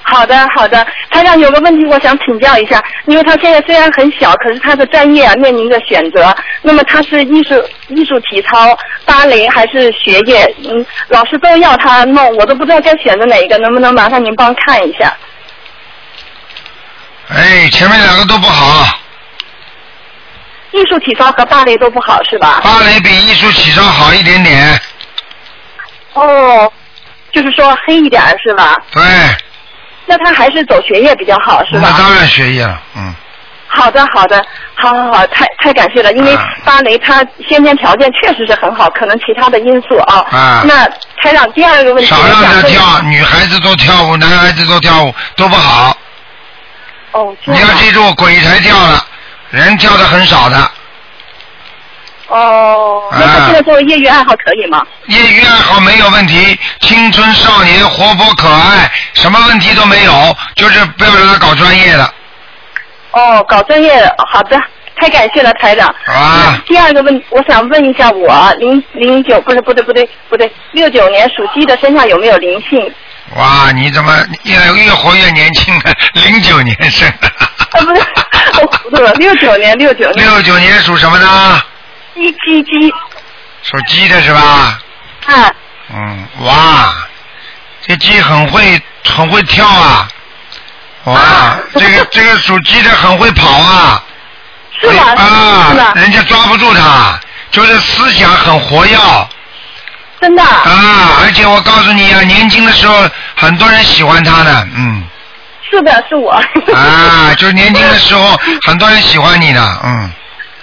S2: 好的，好的，台长有个问题，我想请教一下，因为他现在虽然很小，可是他的专业啊面临着选择，那么他是艺术艺术体操、芭蕾还是学业？嗯，老师都要他弄，我都不知道该选择哪一个，能不能麻烦您帮看一下？
S1: 哎，前面两个都不好，
S2: 艺术体操和芭蕾都不好是吧？
S1: 芭蕾比艺术体操好一点点。
S2: 哦，就是说黑一点儿是吧？
S1: 对，
S2: 那他还是走学业比较好是
S1: 那
S2: 吧？
S1: 当然学业了。嗯，
S2: 好的，好的，好好好，太太感谢了，因为
S1: 嗯
S2: 芭蕾它先天条件确实是很好，可能其他的因素啊。
S1: 啊
S2: 那台长第二个问题，
S1: 少让
S2: 我
S1: 他
S2: 想问
S1: 跳，啊女孩子多跳舞，男孩子多跳舞都不好。
S2: 哦，这
S1: 你
S2: 样
S1: 要记住，鬼才跳了，人跳的很少的。
S2: 哦，那
S1: 嗯
S2: 他现在作为业余爱好可以吗？
S1: 业余爱好没有问题，青春少年活泼可爱，什么问题都没有，就是不要让他搞专业的，
S2: 哦，搞专业的，好的，太感谢了台长。
S1: 好啊吧？
S2: 第二个问，我想问一下我零零九不是不对不对不对六九年属鸡的身上有没有灵性？
S1: 哇，你怎么越来越活越年轻了？ *laughs* 零九年生，
S2: 啊，不是，我糊涂了， *laughs* 六九年，六九年，
S1: 六九年属什么呢？
S2: 鸡鸡鸡，
S1: 属鸡的是吧？
S2: 啊，
S1: 嗯，哇，这鸡很会很会跳啊！
S2: 啊
S1: 哇，这个这个属鸡的很会跑啊！
S2: 是吗？
S1: 啊
S2: 是吗？，
S1: 人家抓不住他，就是思想很活跃。
S2: 啊真的啊？
S1: 啊，而且我告诉你啊，年轻的时候很多人喜欢他呢，嗯，
S2: 是的，是我。 *laughs*
S1: 啊，就是年轻的时候很多人喜欢你的，嗯，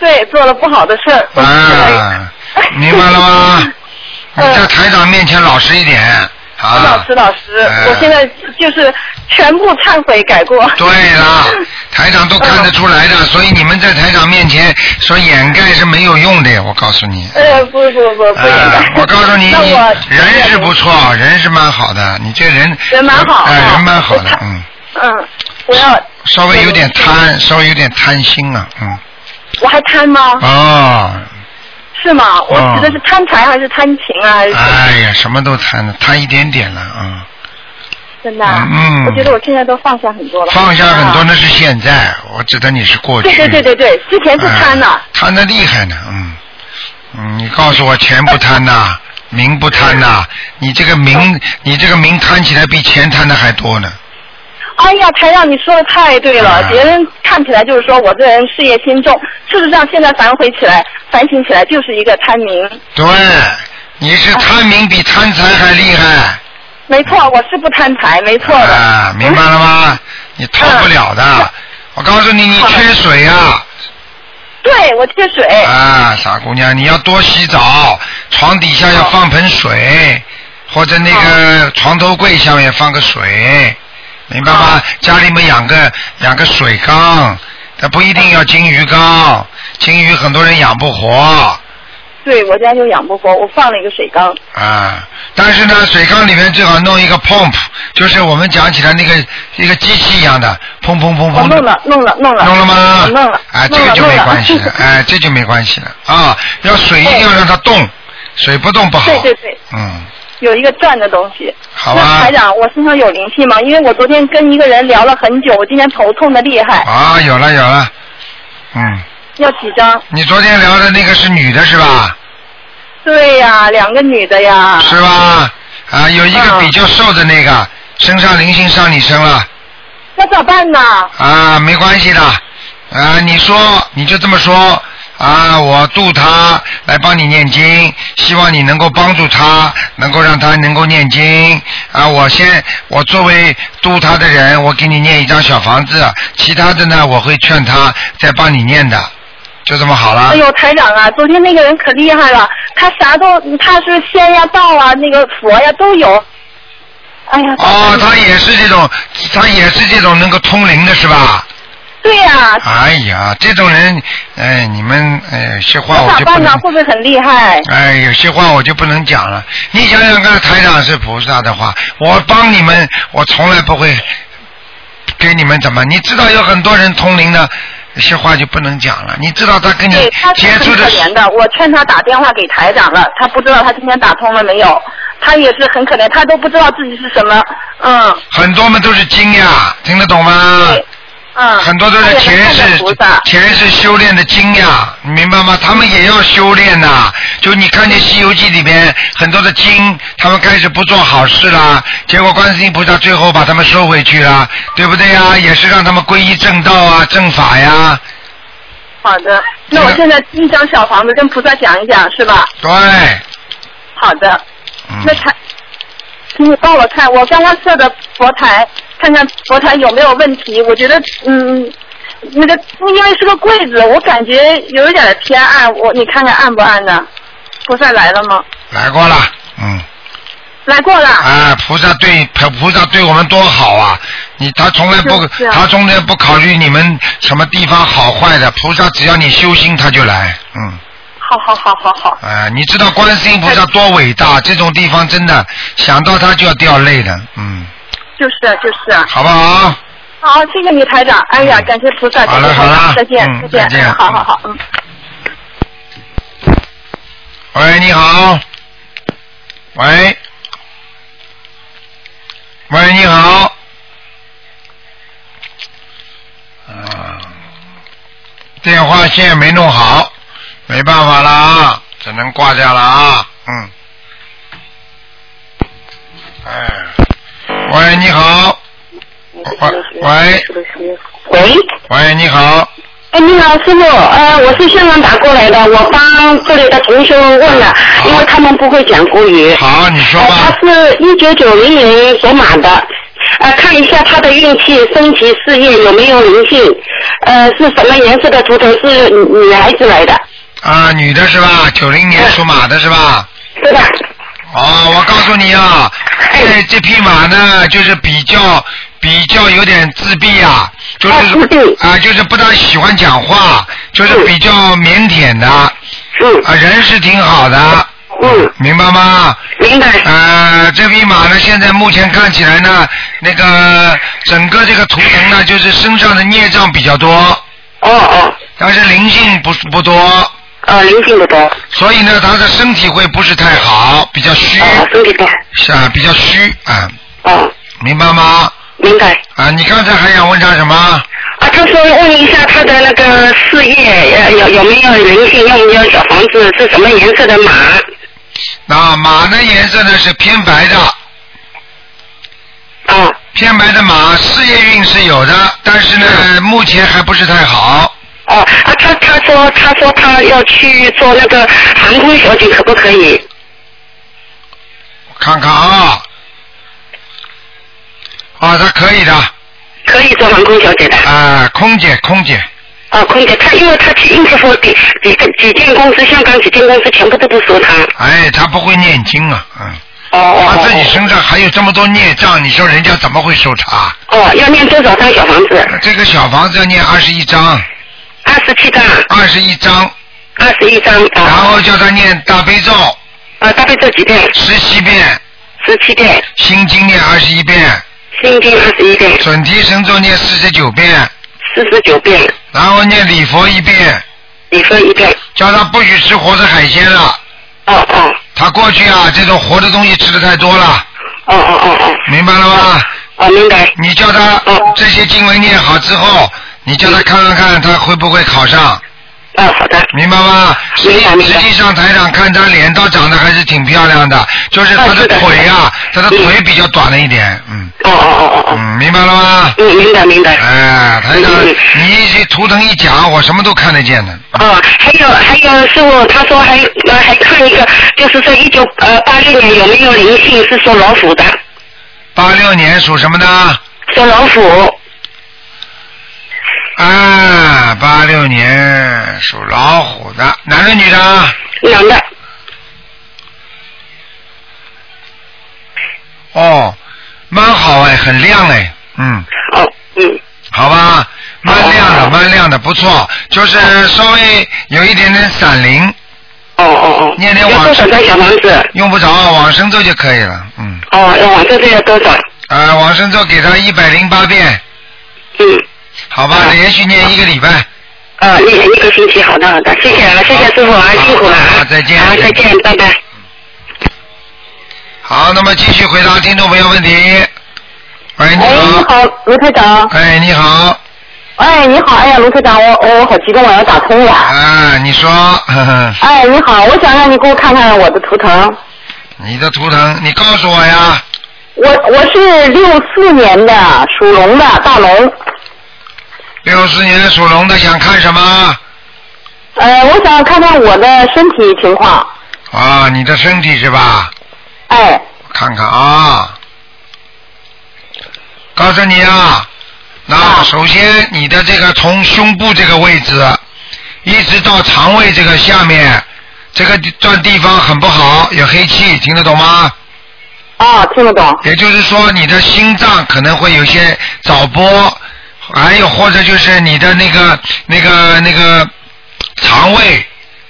S2: 对，做了不好的事儿。 *laughs*
S1: 啊，明白了吗？
S2: 嗯
S1: 你在台长面前老实一点
S2: 老
S1: 啊
S2: 师，。老师，
S1: 哎
S2: 我现在就是全部忏悔改过。
S1: 对
S2: *laughs*
S1: 啦，台长都看得出来
S2: 嗯
S1: 的，所以你们在台长面前说掩盖是没有用的，我告诉你。
S2: 呃，不不不不应
S1: 啊
S2: 该。
S1: 我告诉你，
S2: *laughs* 那
S1: 你
S2: 我
S1: 人是不错，人是蛮好的，你这人
S2: 人蛮好
S1: 哎，
S2: 啊
S1: 人蛮好的，嗯，
S2: 嗯，我要
S1: 稍微有点
S2: 嗯
S1: 贪，稍微有点贪心啊，嗯，
S2: 我还贪吗？
S1: 哦，
S2: 是吗？我
S1: 嗯
S2: 指的是贪财还是贪情啊？还是
S1: 哎呀，什么都贪了，贪一点点了啊，
S2: 真的啊？
S1: 嗯嗯
S2: 我觉得我现在都放下很多了。
S1: 放下很多
S2: 啊
S1: 那是现在，我指的你是过去，
S2: 对对对对对，之前是贪呢。
S1: 哎贪的厉害呢，嗯，嗯，你告诉我钱不贪
S2: *laughs*
S1: 呐，名不贪呐，你这个名，你这个名贪起来比钱贪的还多呢，
S2: 哎呀，台长，你说的太对了。
S1: 哎
S2: 别人看起来就是说我这人事业心重，事实上现在反悔起来、反省起来就是一个贪名。
S1: 对，你
S2: 啊
S1: 是贪名比贪财还厉害。
S2: 没错，我是不贪财，没错嗯的。
S1: 嗯
S2: 嗯
S1: 啊，明白了吗？你逃不了的。我告诉你，你缺水啊！
S2: 对，我缺水。
S1: *laughs* 啊，傻姑娘，你要多洗澡，床底下要放盆水，或者那个床头柜下面放个水，明白吗？家里面养个养个水缸，它不一定要金鱼缸，金鱼很多人养不活
S2: 对我家就养不活，我放了一个水缸。
S1: 啊。但是呢，水缸里面最好弄一个 pump，就是我们讲起来那个一个机器一样的，砰砰砰
S2: 我
S1: 砰的
S2: 哦弄了，弄了，弄了。
S1: 弄了吗？
S2: 我弄了。
S1: 哎，这
S2: 弄
S1: 个
S2: 了
S1: 就没关系。
S2: 弄
S1: 了，
S2: *laughs* 了
S1: 哎，这就没关系了啊！要水一定要让它动，水不动不好。
S2: 对对对，
S1: 嗯，
S2: 有一个转的东西。
S1: 好
S2: 那
S1: 吧
S2: 台。长，我身上有灵性吗？因为我昨天跟一个人聊了很久，我今天头痛的厉害，
S1: 啊，有了有了，嗯，
S2: 要几张？
S1: 你昨天聊的那个是女的是吧？
S2: 对呀，两个女的呀。
S1: 是吧？啊，有一
S2: 嗯
S1: 个比较瘦的那个，身上灵性上你身了
S2: 那咋办呢？
S1: 啊，没关系的啊，你说你就这么说。啊，我度他来帮你念经，希望你能够帮助他，能够让他能够念经。啊，我先我作为度他的人，我给你念一张小房子，其他的呢，我会劝他再帮你念的，就这么好了
S2: 哎。呦，台长啊，昨天那个人可厉害了，他啥都，他是仙呀、道啊、那个佛呀都有。哎呀，
S1: 哦，他也是这种，他也是这种能够通灵的是吧？
S2: 对呀、
S1: 哎呀，这种人，哎，你们哎，有些话
S2: 那
S1: 我就
S2: 咋
S1: 不
S2: 办呢
S1: 能？
S2: 会不会很厉害？
S1: 哎，有些话我就不能讲了。你想想看，台长是菩萨的话，我帮你们，我从来不会给你们怎么。你知道有很多人通灵的，有些话就不能讲了。你知道他跟你
S2: 对，他是
S1: 接
S2: 很
S1: 触
S2: 可
S1: 的
S2: 怜的。我劝他打电话给台长了，他不知道他今天打通了没有。他也是很可怜，他都不知道自己是什么，嗯
S1: 很多们都是精呀，听得懂吗？
S2: 对嗯。
S1: 很多都是
S2: 他也很
S1: 前
S2: 看
S1: 世
S2: 着菩萨，
S1: 前世修炼的精呀，你明白吗？他们也要修炼呐、就你看见《西游记》里边很多的精，他们开始不做好事啦，结果观世音菩萨最后把他们收回去啦，对不对呀？也是让他们皈依正道啊，正法呀。
S2: 好的，那我现在一张小房子跟菩萨讲一讲，是吧？
S1: 对，
S2: 好的，
S1: 嗯
S2: 那，台，请你帮我看，我刚刚设的佛台，看看佛台有没有问题。我觉得，嗯，那个因为是个柜子，我感觉有一点偏暗，我你看看暗不暗呢？菩萨来了吗？
S1: 来过了，嗯，
S2: 来过了。
S1: 啊，菩萨对菩菩萨对我们多好啊！你他从来不
S2: 是是啊
S1: 他从来不考虑你们什么地方好坏的，菩萨只要你修心他就来，嗯。
S2: 好好好好好，
S1: 哎，你知道观世音菩萨多伟大，这种地方真的想到他就要掉泪的，嗯，
S2: 就是啊就是。
S1: 好不好？
S2: 好，谢谢你台长。哎呀，感谢菩萨，
S1: 嗯好
S2: 感
S1: 了
S2: 谢台
S1: 好了
S2: 长，再见
S1: 嗯
S2: 再
S1: 再见
S2: 见，好好好，嗯。
S1: 喂，你好，喂，喂，你好。啊，电话线没弄好，没办法了啊，只能挂掉了啊。嗯。哎，喂，你好。喂喂
S3: 喂，
S1: 喂，你好。
S3: 哎，你好，师傅，呃，我是香港打过来的，我帮这里的同学问了，因为他们不会讲国语。
S1: 好，你说
S3: 吧。呃哎他是一九九零年属马的，呃，看一下他的运气、升级、事业有没有灵性，呃，是什么颜色的图腾？是女女孩子来的，
S1: 啊，女的是吧？九零年属马的是吧？
S3: 对的。
S1: 哦，我告诉你啊，这这匹马呢，就是比较比较有点自闭啊，就是啊，就是不大喜欢讲话，就是比较腼腆的。啊，人是挺好的。
S3: 嗯。
S1: 明白吗？
S3: 明白。
S1: 呃，这匹马呢，现在目前看起来呢，那个整个这个图腾呢，就是身上的孽障比较多。
S3: 哦哦。
S1: 但是灵性不不多。
S3: 啊，灵性不多。
S1: 所以呢，他的身体会不是太好，比较虚。啊，
S3: 哦身体不好。
S1: 是啊，比较虚啊。
S3: 哦。
S1: 明白吗？
S3: 明白。
S1: 啊，你刚才还想问他什么？
S3: 啊，他说问一下他的那个事业，呃，有有没有灵性？有没有小房子？是什么颜色的马？
S1: 那马的颜色呢是偏白的。
S3: 啊。
S1: 偏白的马，事业运是有的，但是呢，目前还不是太好。
S3: 哦，啊，他他说他说他要去做那个航空小姐，可不可以？
S1: 看看啊，啊，他可以的。
S3: 可以做航空小姐的。
S1: 啊，空姐，空姐。
S3: 啊，空姐，他因为他去应付几几几间公司，香港几间公司全部都不收他。
S1: 哎，他不会念经啊，嗯。
S3: 哦
S1: 他自己身上还有这么多孽障，你说人家怎么会受查？
S3: 哦，要念多少张小房子？
S1: 这个小房子要念二十一章。
S3: 二十七章。
S1: 二十一章。
S3: 二十一章。然
S1: 后叫他念大悲咒。
S3: 啊，大悲咒几遍？
S1: 十七遍。
S3: 十七遍。
S1: 心经念二十一遍。
S3: 心经二十一遍。
S1: 准提神咒念四十九遍。
S3: 四十九遍。
S1: 然后念礼佛一遍。
S3: 礼佛一遍。
S1: 叫他不许吃活的海鲜了。
S3: 哦哦。
S1: 他过去啊，这种活的东西吃的太多了。
S3: 哦哦哦哦。
S1: 明白了吗？
S3: 哦，明白。
S1: 你叫他这些经文念好之后，你叫他看看看他会不会考上。
S3: 啊，好的。
S1: 明白吗？实际实际上，台长看他脸倒长得还是挺漂亮的，啊就是他的嗯腿呀、他的腿比较短了一点，嗯。
S3: 哦哦哦
S1: 哦。嗯，明白了吗？
S3: 嗯，明白明白。
S1: 哎，台长，你一图腾一讲，我什么都看得见的。
S3: 哦，还有还有师傅，他说还呃还看一个，就是说一九呃八六年有没有灵性，是属老虎的，
S1: 八六年属什么的？
S3: 属老虎。
S1: 啊，八六年属老虎的，男的女的？
S3: 男的。
S1: 哦，蛮好哎，很亮哎，嗯。
S3: 哦，嗯。
S1: 好吧，蛮亮的，蛮亮的，不错，就是稍微有一点点闪灵。
S3: 哦哦哦。
S1: 念念
S3: 要
S1: 往
S3: 多少张小房子？
S1: 用不着往生咒就可以了，嗯。
S3: 哦，要往这这要多少？
S1: 啊，往生咒给他一百零八遍。
S3: 嗯。
S1: 好吧，连续念一个礼拜。
S3: 呃，一一个星期，好的好的，谢谢啊，谢谢师傅啊，辛苦了啊，
S1: 再见。
S3: 啊，再见，拜拜。
S1: 好，那么继续回答听众朋友问题。喂，你
S8: 哎，
S1: 好。
S8: 你好，卢科长。
S1: 哎，你好。
S8: 哎，你好，哎呀，卢科长，我我我好激动，我要打通了。
S1: 啊，你说，呵呵
S8: 哎，你好，我想让你给我看看我的图腾。
S1: *laughs* 你的图腾，你告诉我呀。
S8: 我我是六四年的，属龙的大龙。
S1: 六四年属龙的想看什么？
S8: 呃，我想看看我的身体情况。
S1: 啊，你的身体是吧？
S8: 哎。
S1: 看看啊，告诉你啊，那首先你的这个从胸部这个位置，一直到肠胃这个下面，这个地段地方很不好，有黑气，听得懂吗？
S8: 啊，听得懂。
S1: 也就是说，你的心脏可能会有些早搏，还有或者就是你的那个那个那个肠胃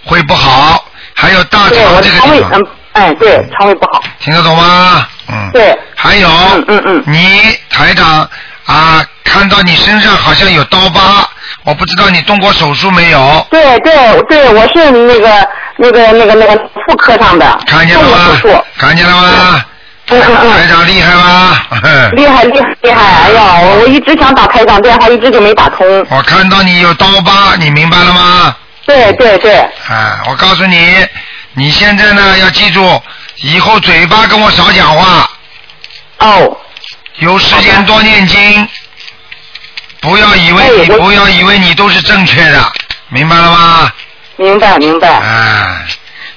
S1: 会不好，还有大
S8: 对，我
S1: 肠
S8: 的
S1: 这个
S8: 肠胃
S1: 地方
S8: 嗯，，哎，对，肠胃不好。
S1: 听得懂吗？嗯。
S8: 对。
S1: 还有，嗯嗯，你台长啊，看到你身上好像有刀疤，我不知道你动过手术没有？
S8: 对对对，我是那个那个那个那个妇科上的。
S1: 看见了吗？看见了吗？台长厉害吧？
S3: 嗯 *laughs* 厉害厉害厉害！哎呀，我我一直想打台长电话，一直就没打通。
S1: *laughs* 我看到你有刀疤，你明白了吗？
S3: 对对对。
S1: 啊，我告诉你，你现在呢要记住，以后嘴巴跟我少讲话。
S3: 哦。
S1: 有时间多念经，不要以为你不要以为你都是正确的，明白了吗？
S3: 明白明白。
S1: 啊，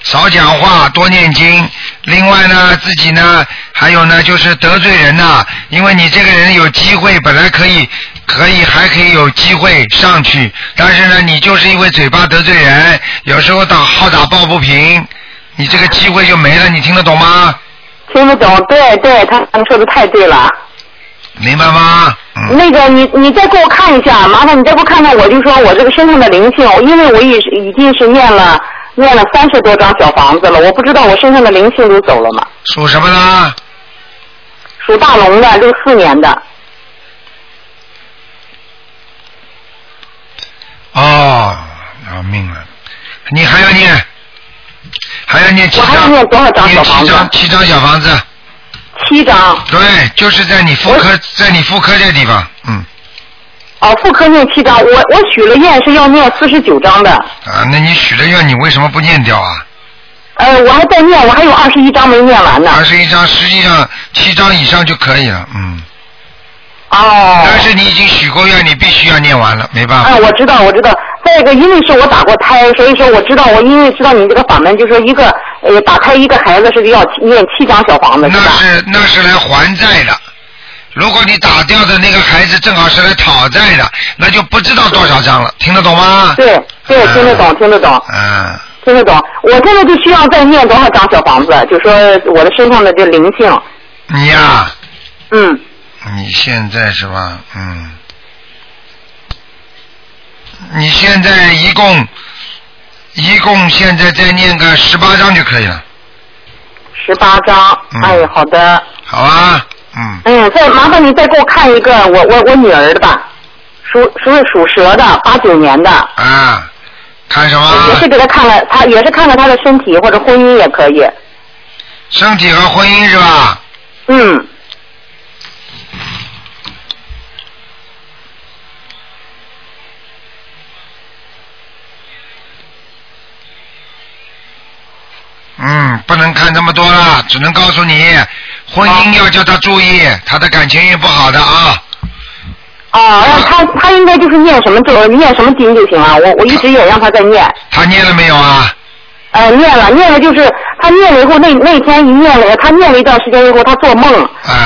S1: 少讲话，多念经。另外呢，自己呢，还有呢，就是得罪人呐、因为你这个人有机会，本来可以，可以还可以有机会上去，但是呢，你就是因为嘴巴得罪人，有时候打好打抱不平，你这个机会就没了。你听得懂吗？
S3: 听不懂，对对，他们说的太对了。
S1: 明白吗？嗯
S3: 那个你你再给我看一下，麻烦你再给我看看，我就说我这个身上的灵性，因为我已已经是念了念了三十多张小房子了，我不知道我身上的灵性都走了吗？
S1: 属什么呢？
S3: 属大龙的，六四年的，
S1: 哦，要命了！你还要念，还要念七张，
S3: 念多少张小房
S1: 七
S3: 子？啊
S1: 张，七张小房子。
S3: 七张。
S1: 对，就是在你妇科，在你妇科这地方，嗯，
S3: 哦，妇科念七张，我我许了愿是要念四十九张的，
S1: 啊，那你许了愿，你为什么不念掉啊？
S3: 呃，我还在念，我还有二十一张没念完呢。
S1: 二十一张，实际上七张以上就可以了，嗯。
S3: 哦。
S1: 但是你已经许过愿，你必须要念完了，没办法。
S3: 哎，我知道，我知道。再一个，因为是我打过胎，所以说我知道，我因为知道你这个法门，就说一个呃打胎一个孩子是要念七张小房子，是吧？
S1: 那是那是来还债的。如果你打掉的那个孩子正好是来讨债的，那就不知道多少张了，听得懂吗？啊
S3: 对对，听得懂，听得懂，
S1: 嗯，
S3: 听得懂。我现在就需要再念多少张小房子？就说我的身上的这灵性，
S1: 你呀、
S3: 嗯，
S1: 你现在是吧？嗯，你现在一共一共现在再念个十八章就可以了，
S3: 十八张。
S1: 嗯
S3: 哎，好的。
S1: 好吧？嗯，
S3: 嗯，再麻烦你再给我看一个我我我女儿的吧，属属属蛇的，八九年的，
S1: 啊，看什
S3: 也
S1: 么？
S3: 是给她看了，她也是看看她的身体或者婚姻也可以。
S1: 身体和婚姻是吧？
S3: 嗯。
S1: 嗯，不能看这么多了，只能告诉你，婚姻要叫他注意，他的感情运不好的啊。
S3: 啊，让他他应该就是念什么咒，呃念什么经就行了。我我一直也让他在念，
S1: 他念了没有啊？
S3: 呃，念了念了，就是他念了以后，那那天一念了，他念了一段时间以后，他做梦，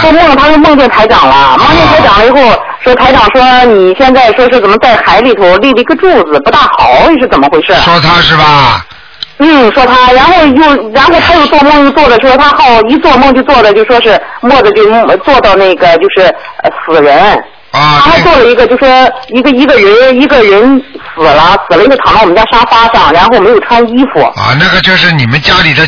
S3: 做梦他就梦见台长了，梦见台长了以后，说台长说你现在说是怎么在海里头立了一个柱子，不大好，是怎么回事？
S1: 说他是吧？
S3: 嗯，说他，然后又，然后他又做梦，又做的说他好一做梦就做的就说是摸着就做到那个就是呃死人。
S1: 啊。
S3: 他还做了一个，就说一个一个人一个人死了，死了以后躺到我们家沙发上，然后没有穿衣服。
S1: 啊，那个就是你们家里的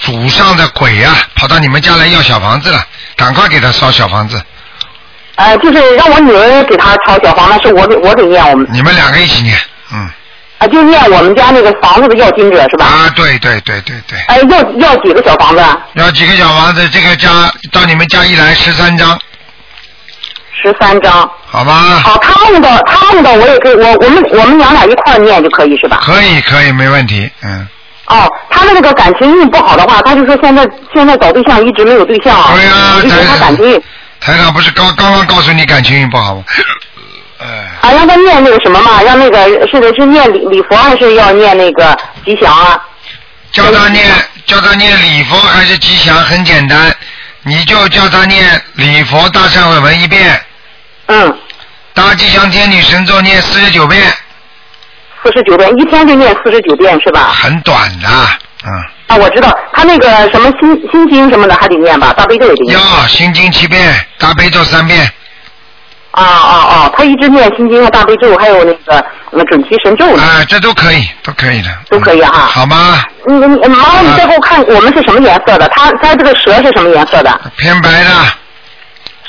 S1: 祖上的鬼啊，跑到你们家来要小房子了，赶快给他烧小房子。
S3: 呃，就是让我女儿给他抄小房子，是我得我得念我们。
S1: 你们两个一起念，嗯。
S3: 啊，就念我们家那个房子的要经者是吧？
S1: 啊，对对对对对。
S3: 哎，要要几个小房子啊？
S1: 要几个小房子？这个家到你们家一来十三张，
S3: 十三张。
S1: 好吗？
S3: 好，他梦到他梦到我也可以，我我们我们娘俩一块儿念就可以是吧？
S1: 可以可以，没问题，嗯。
S3: 哦，他的那个感情运不好的话，他就说现在现在找对象一直没有对象，对哎呀、一直他感情运
S1: 台长不是刚刚刚告诉你感情运不好吗？呃
S3: 啊，让他念那个什么嘛，让那个是的是念礼礼佛还是要念那个吉祥啊？
S1: 叫他念叫他念礼佛还是吉祥，很简单，你就叫他念礼佛大忏悔文一遍。
S3: 嗯。
S1: 大吉祥天女神咒念四十九遍，
S3: 四十九遍，一天就念四十九遍是吧？
S1: 很短的，嗯。
S3: 啊，我知道，他那个什么心心经什么的还得念吧，大悲咒也得念。
S1: 要心经七遍，大悲咒三遍，
S3: 啊啊啊！他一直念心经和大悲咒，还有那个呃准提神咒
S9: 嗯
S3: 呢。
S1: 啊，这都可以，都可以的，嗯
S3: 都可以
S9: 啊
S3: 哈、
S1: 好吗？
S3: 你你麻烦你再给我看，我们是什么颜色的？它它这个蛇是什么颜色的？
S1: 偏白的。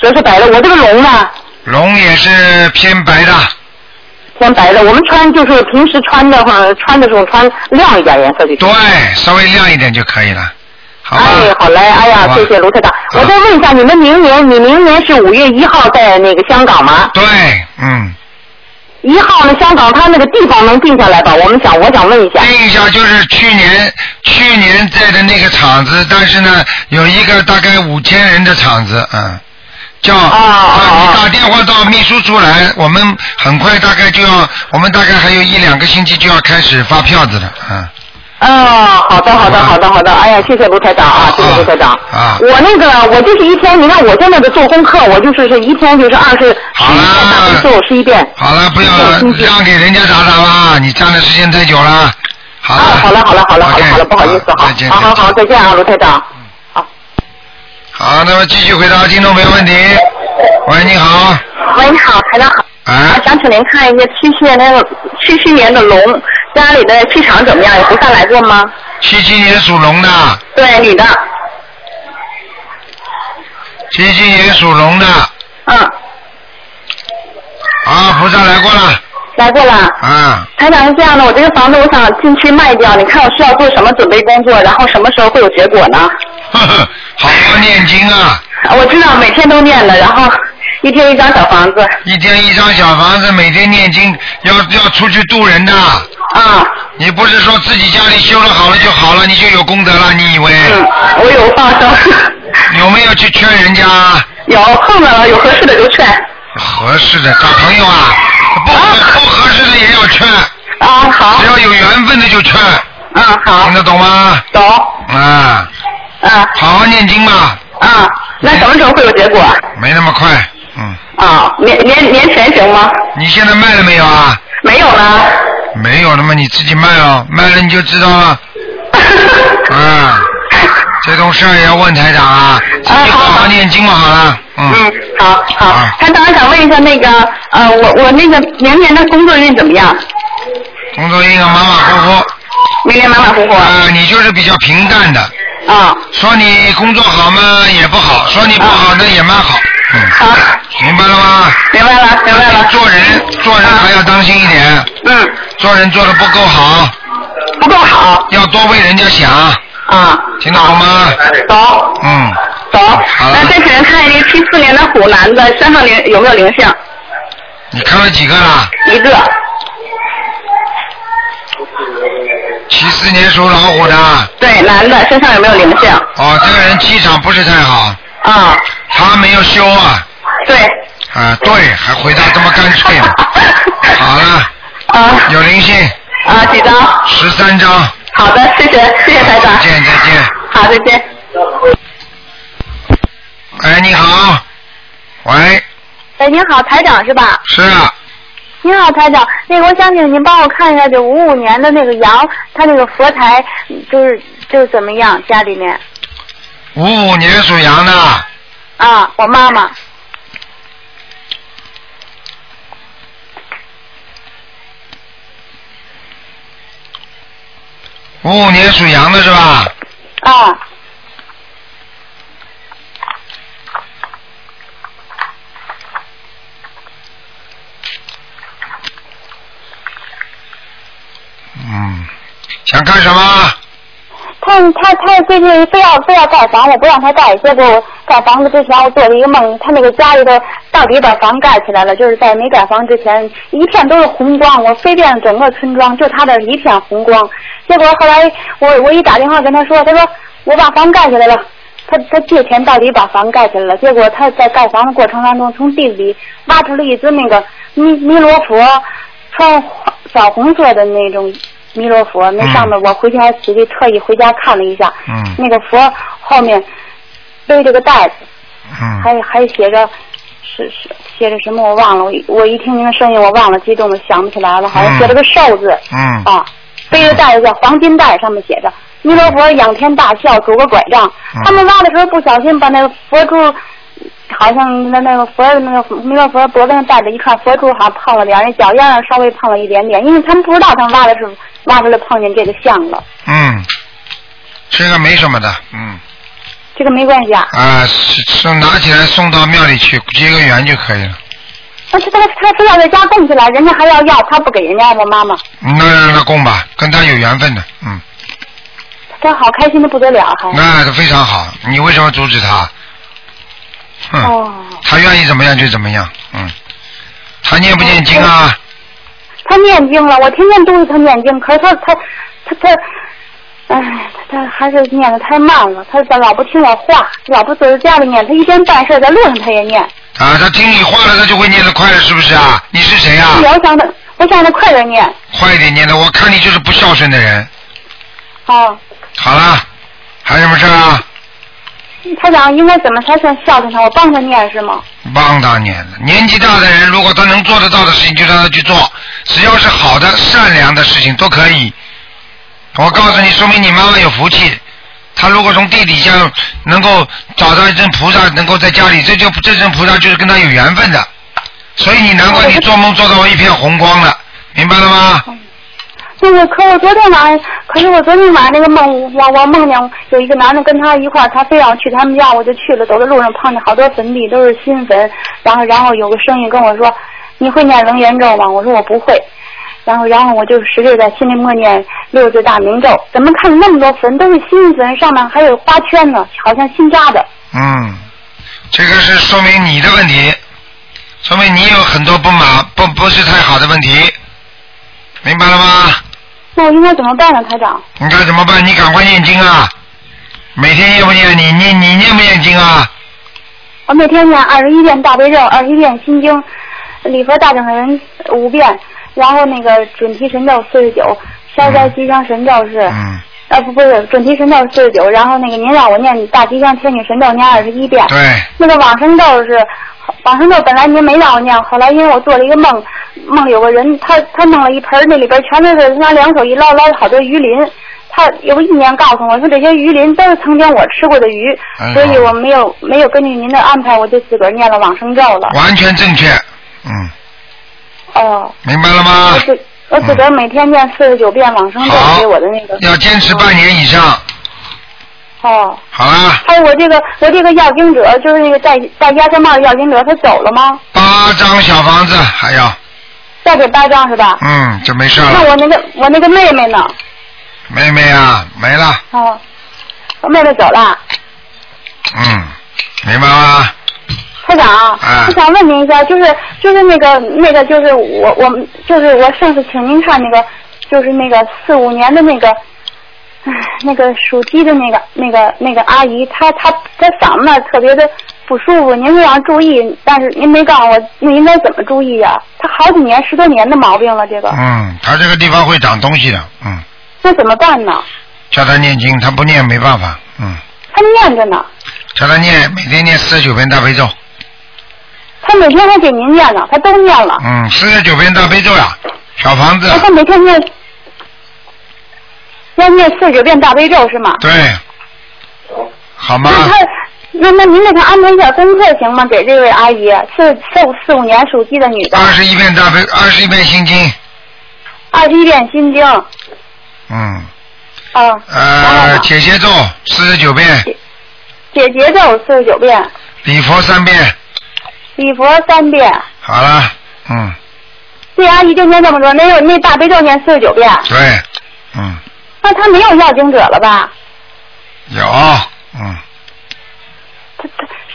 S3: 蛇是白的，我这个龙呢？
S1: 龙也是偏白的，
S3: 偏白的。我们穿就是平时穿的话，穿的时候穿亮一点颜色就行。
S1: 对，稍微亮一点就可以了，
S9: 哎，好嗯嘞，哎呀，谢谢卢科长。我再问一下，你们明年，你明年是五月一号在那个香港吗？
S1: 对，嗯。
S9: 一号呢，香港它那个地方能定下来吧？我们想，我想问一下。
S1: 定一下就是去年去年在的那个场子，但是呢，有一个大概五千人的场子，嗯，叫
S9: 哦
S1: 啊，你打电话到秘书处来，我们很快大概就要，我们大概还有一两个星期就要开始发票子了，嗯。
S9: 哦，好的，好的，好的，好的。哎呀，谢谢卢台长啊，谢谢卢台长。
S1: 啊。
S9: 我那个，我就是一天，你看我现在的做功课，我就是是一天就是二十十一遍大悲咒十一遍。
S1: 好了，不要让给人家打打啦，你站的时间太久了。好了，
S9: 啊好了，好了，好了，好了，好了，不好意思，好，
S1: 再见
S9: 好好好，再见啊，卢台长。
S1: 好，那么继续回答听众朋友问题。喂，你好。
S10: 喂，你好，台长好。
S1: 啊。
S10: 想请您看一下七七年的七七年的龙家里的气场怎么样？有菩萨来过吗？
S1: 七七年属龙的，
S10: 对，女的，
S1: 七七年属龙的。
S10: 嗯。
S1: 啊，菩萨来过了。
S10: 来过了。
S1: 啊， *laughs*
S10: 台长是这样的，我这个房子我想近期卖掉，你看我需要做什么准备工作，然后什么时候会有结果呢？
S1: 呵呵，好好念经啊。
S10: 我知道每天都念的，然后一天一张小房子。
S1: 一天一张小房子，每天念经，要要出去渡人的。
S10: 啊。
S1: 你不是说自己家里修了好了就好了，你就有功德了？你以为？
S10: 嗯我有放生。 *laughs*
S1: 有没有去劝人家？
S10: 有碰到了有合适的就劝。
S1: 合适的找朋友啊，不合不合适的也要劝。
S10: 啊，好。
S1: 只要有缘分的就劝。
S10: 嗯，好。
S1: 听得懂吗？
S10: 懂。
S1: 啊。
S10: 啊。
S1: 好好念经吧。
S10: 啊，那什么时候会有结果？
S1: 没那么快。嗯
S10: 啊，年年年前行吗？
S1: 你现在卖了没有啊？
S10: 没有呢。
S1: 没有了嘛，你自己卖了，卖了你就知道
S10: *laughs*
S1: 了。嗯，这种事儿也要问台长啊，自己好好念经嘛，好了。嗯，
S10: 好好。台长，我想问一下那个，呃，我我那个明年的工作运怎么样？
S1: 工作运啊，马马虎虎。
S10: 明年马马虎虎。
S1: 啊、你就是比较平淡的。
S10: 啊。
S1: 说你工作好嘛也不好，说你不好那也蛮好。嗯。
S10: 好。
S1: 明白了吗？
S10: 明白了，明白了。
S1: 做人做人还要当心一点。
S10: 嗯。
S1: 做人做的不够好。
S10: 不够好。
S1: 要多为人家想。
S10: 啊。
S1: 听得懂吗？
S10: 哎懂。
S1: 嗯。
S10: 懂。那再请您看一个七四年的虎男的身上灵有没有灵性？
S1: 你看了几个了？
S10: 一个。
S1: 七四年属老虎的。
S10: 对，男的身上有没有灵性？
S1: 哦，这个人气场不是太好。
S10: 啊。
S1: 他没有修啊。
S10: 对。
S1: 啊，对，还回答这么干脆。
S10: *laughs*
S1: 好了。
S10: 啊。
S1: 有灵性。
S10: 啊，几张？
S1: 十三张。
S10: 好的，谢谢，谢谢台长。
S1: 再见，再见。
S10: 好，再见。
S1: 哎，你好。喂，
S3: 哎，您好，台长是吧？
S1: 是啊，
S3: 您好，台长，那个我想请您帮我看一下，这五五年的那个羊，它那个佛台嗯就是就是怎么样？家里面
S1: 五五年属羊的，
S3: 啊，我妈妈
S1: 五五年属羊的是吧？
S3: 啊，
S1: 嗯，想干什么？
S3: 他哎他他最近非要非要盖房，我不让他盖，结果我盖房子之前我做了一个梦，他那个家里头到底把房盖起来了，就是在没盖房之前一片都是红光，我飞遍整个村庄，就他的一片红光。结果后来我我一打电话跟他说，他说我把房盖起来了。他他借钱到底把房盖起来了，结果他在盖房的过程当中，从地里挖出了一只那个弥弥罗佛，穿黄枣红色的那种弥罗佛，那上呃面我回去还仔细特意回家看了一下，
S1: 嗯
S3: 那个佛后面背着个袋子，
S1: 嗯
S3: 还还写着是是写着什么我忘了，我一我一听您的声音我忘了，激动的想不起来了，好像写了个寿字，
S1: 嗯
S10: 哦
S3: 啊，背着袋子叫黄金袋，上面写着弥勒佛仰天大笑，拄个拐杖
S1: 嗯。
S3: 他们挖的时候不小心把那个佛珠，好像那那个佛那个弥勒佛脖子上戴着一串佛珠，好像碰了点儿，那脚丫上稍微碰了一点点，因为他们不知道他们挖的是挖出来碰见这个像了，
S1: 嗯，这个没什么的，嗯，
S3: 这个没关系啊。
S1: 啊，是是拿起来送到庙里去结个缘就可以了。
S3: 那他他他非要在家供起来，人家还要要，他不给人家我妈妈，
S1: 那让他供吧，跟他有缘分的，嗯，
S3: 真好，开心的不得了，还。
S1: 那非常好，你为什么阻止他？哼，
S3: 哦
S1: 他愿意怎么样就怎么样，嗯，他念不念经啊？
S3: 他念经了，我天天督促他念经，可是他他他他，唉，他他还是念的太慢了，他老不听我话，老不在家里念，他一边办事，在路上他也念。
S1: 啊，他听你话了，他就会念得快了，是不是啊？你是谁啊？
S3: 我想的，我想的快点念。
S1: 快一点念的，我看你就是不孝顺的人。
S3: 哦，
S1: 好了，还有什么事儿啊？
S3: 他长应该怎么才算孝顺他？我帮他念是吗？
S1: 帮他念了。年纪大的人，如果他能做得到的事情，就让他去做。只要是好的、善良的事情都可以。我告诉你，说明你妈妈有福气。她如果从地底下能够找到一尊菩萨，能够在家里，这就这尊菩萨就是跟她有缘分的。所以你难怪你做梦做到一片红光了，明白了吗？
S3: 对对，可我昨天晚上，可是我昨天晚上那个梦，我我梦见有一个男的跟他一块儿，他非要去他们家，我就去了。走在路上碰见好多坟地，都是新坟。然后，然后有个声音跟我说：“你会念楞严咒吗？”我说我不会。然后，然后我就使劲在心里默念六字大明咒。怎么看那么多坟都是新坟，上面还有花圈呢，好像新扎的。
S1: 嗯，这个是说明你的问题，说明你有很多不满不不是太好的问题，明白了吗？
S3: 那我应该怎么办呢，台长？
S1: 你该怎么办？你赶快念经啊！每天念不念？你念你念不念经啊？
S3: 我每哦天念二十一遍大悲咒，二十一遍心经，礼佛大乘人五遍，然后那个准提神咒四十九，消灾吉祥神咒是，
S1: 嗯、
S3: 啊不不是准提神咒四十九，然后那个您让我念大吉祥天女神咒念二十一遍，
S1: 对，
S3: 那个往生咒是，往生咒本来您没让我念，后来因为我做了一个梦，梦里有个人，他他弄了一盆儿，那里边全都是他两手一捞捞了好多鱼鳞。他有一年告诉我说，这些鱼鳞都是曾经我吃过的鱼，
S1: 哎呦
S3: 所以我没有没有根据您的安排，我就自个儿念了往生咒了。
S1: 完全正确，嗯，
S3: 哦，
S1: 明白了吗
S3: 我？自我自个儿每天念四十九遍往生咒给我的那个。
S1: 要坚持半年以上，
S3: 哦，
S1: 好啦。
S3: 还有我这个我这个药经者，就是那个戴戴鸭舌帽的药经者，他走了吗？
S1: 八张小房子还要，
S3: 再给八张是吧？
S1: 嗯，就没事
S3: 那
S1: 了。
S3: 我那个我那个妹妹呢？
S1: 妹妹啊，没了，
S3: 哦，我妹妹走了。
S1: 嗯，明白吗？
S3: 科长，
S1: 啊
S3: 我想问您一下，就是就是那个那个就是我我就是我上次请您看那个就是那个四五年的那个，唉，那个属鸡的那个那个那个阿姨，她她她嗓子那儿特别的不舒服，您说让注意，但是您没告诉我那应该怎么注意呀、她好几年十多年的毛病了，这个
S1: 嗯，他这个地方会长东西的，嗯，
S3: 那怎么办呢？
S1: 叫他念经，他不念没办法，嗯，
S3: 她念着呢，
S1: 叫他念，每天念四十九遍大悲咒，
S3: 她每天还给您念呢，她都念了。
S1: 嗯，四十九遍大悲咒呀、小房子
S3: 那，他每天念要念四十九遍大悲咒是吗？
S1: 对，好吗？
S3: 那他那那您给他安排一下功课行吗？给这位阿姨是四五四五年属鸡的女的，
S1: 二十一遍大悲，二十一遍心经，
S3: 二十一遍心经，啊、
S1: 嗯，呃，解结咒四十九遍，
S3: 解结咒四十九遍，
S1: 礼佛三遍，
S3: 礼佛三遍。
S1: 好了，嗯，
S3: 这阿姨就念这么多，那有那大悲咒念四十九遍，
S1: 对，嗯
S3: 那她没有要经者了吧？
S1: 有，嗯，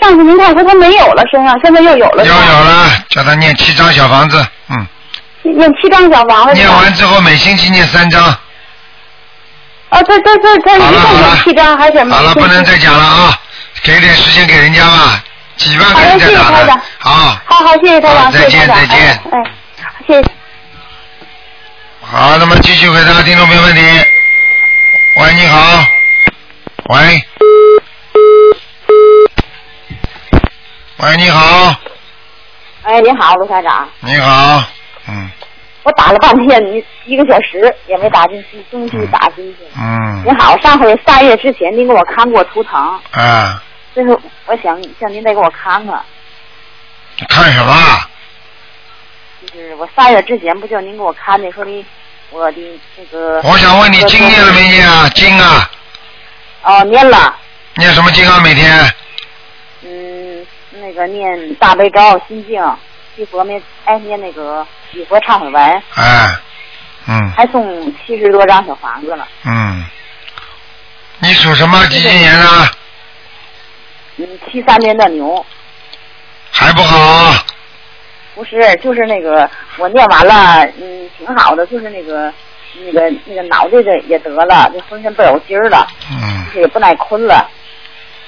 S3: 上次您看说她没有了身上，现在又有了，
S1: 又有了，叫他念七张小房子，嗯，
S3: 念七张小房子。
S1: 念完之后每星期念三张，
S3: 啊，这这这这一共念七张还是什么？
S1: 好了，不能再讲了啊，给点时间给人家吧，几万个人在打
S3: 好的谢谢台
S1: 的
S3: 长，
S1: 好，
S3: 好好，谢谢台
S1: 好
S3: 长，
S1: 再
S3: 谢谢
S1: 见再
S3: 台长，
S1: 见
S3: 哎，哎谢谢。
S1: 好，那么继续回答听众朋友问题。喂，你好，喂，喂，你好，
S11: 哎，您好，卢台长，
S1: 你好，嗯
S11: 我打了半天，一一个小时也没打进去，终于打进去了。
S1: 嗯，
S11: 您好，上回三月之前您给我看过图腾，
S1: 啊，
S11: 这是我想叫您再给我看看，
S1: 看什么啊？
S11: 就是我三月之前不叫您给我看的，说的我的那个。
S1: 我想问你经念了没念啊？经啊，
S11: 哦，念了，
S1: 念什么经啊？每天
S11: 嗯，那个念大悲咒、心经、地佛念，哎，念那个礼佛忏悔文，
S1: 哎，嗯
S11: 还送七十多张小房子了。
S1: 嗯，属什么？几几年啊的？
S3: 嗯，七三年的牛，
S1: 还不好，
S3: 不是，就是那个我念完了，嗯，挺好的，就是那个那个那个脑袋的也得了，就浑身倍儿有筋儿了，
S1: 嗯
S3: 就是也不耐困了，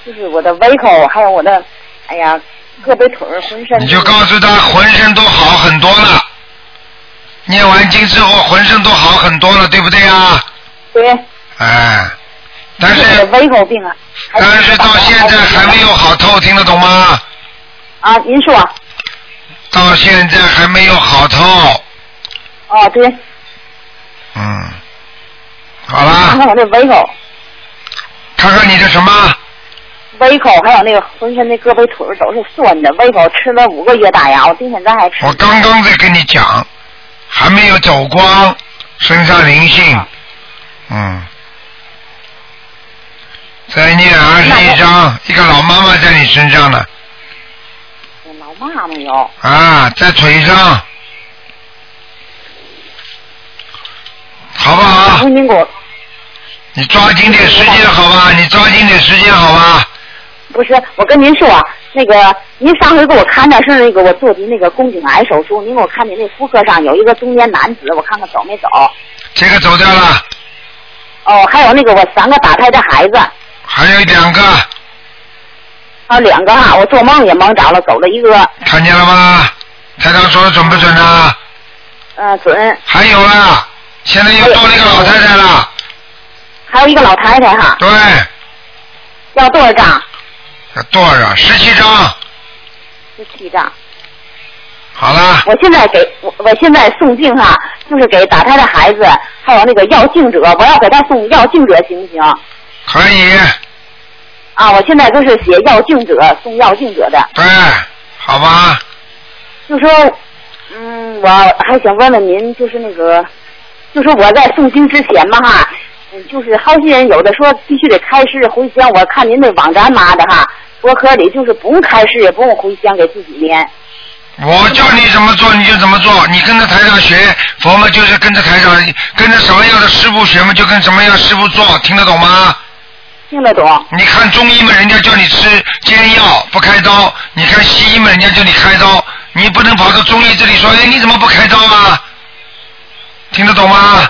S3: 就是我的胃口还有我的，哎呀，胳膊腿儿浑身。
S1: 你就告诉他浑身都好很多了。念完经之后，浑身都好很多了，对不对啊？
S3: 对。
S1: 哎，但是
S3: 我的胃口病啊。
S1: 但是到现在还没有好透，听得懂吗？
S3: 啊，您说。
S1: 到现在还没有好透，
S3: 哦，对，
S1: 嗯，好啦，
S3: 看看我这胃口，
S1: 看看你的什么？
S3: 胃口还有那个浑身那胳膊腿儿都是酸的，胃口吃了五个月大牙，我到现在还吃。
S1: 我刚刚在跟你讲，还没有走光，身上灵性，嗯，再念二十一章，一个老妈妈在你身上呢，
S3: 老妈妈有，
S1: 啊，在腿上，好不好？你抓紧点时间好吧？你抓紧点时间好吧？
S3: 不是，我跟您说，啊，那个您上回给我看的是那个我做的那个宫颈癌手术，您给我看您那妇科上有一个中年男子，我看看走没走。
S1: 这个走掉了，
S3: 哦，还有那个我三个打胎的孩子，
S1: 还有两个，
S3: 还有啊两个哈，我做梦也梦着了，走了一个，
S1: 看见了吗？台长说的准不准啊？
S3: 呃，准。
S1: 还有啦，现在又多了一个老太太了。
S3: 还有一个老太太哈。
S1: 对。
S3: 要多少张？
S1: 多少？十七张。
S3: 十七张。
S1: 好了。
S3: 我现在给我我现在送镜哈，就是给打胎的孩子，还有那个要镜者，我要给他送要镜者行不行？
S1: 可以，
S3: 啊，我现在就是写要镜者送要镜者的，
S1: 对，好吧，
S3: 就说，嗯，我还想问问您，就是那个，就说我在诵经之前嘛哈，嗯，就是好些人有的说必须得开示回香，我看您那网站嘛的哈，博客里就是不用开示也不用回香给自己念，
S1: 我叫你怎么做你就怎么做，你跟着台上学佛嘛，就是跟着台上跟着什么样的师傅学嘛，就跟什么样的师傅做，听得懂吗？
S3: 听得懂。
S1: 你看中医嘛，人家叫你吃煎药不开刀；你看西医嘛，人家叫你开刀，你不能跑到中医这里说，哎，你怎么不开刀啊？听得懂吗？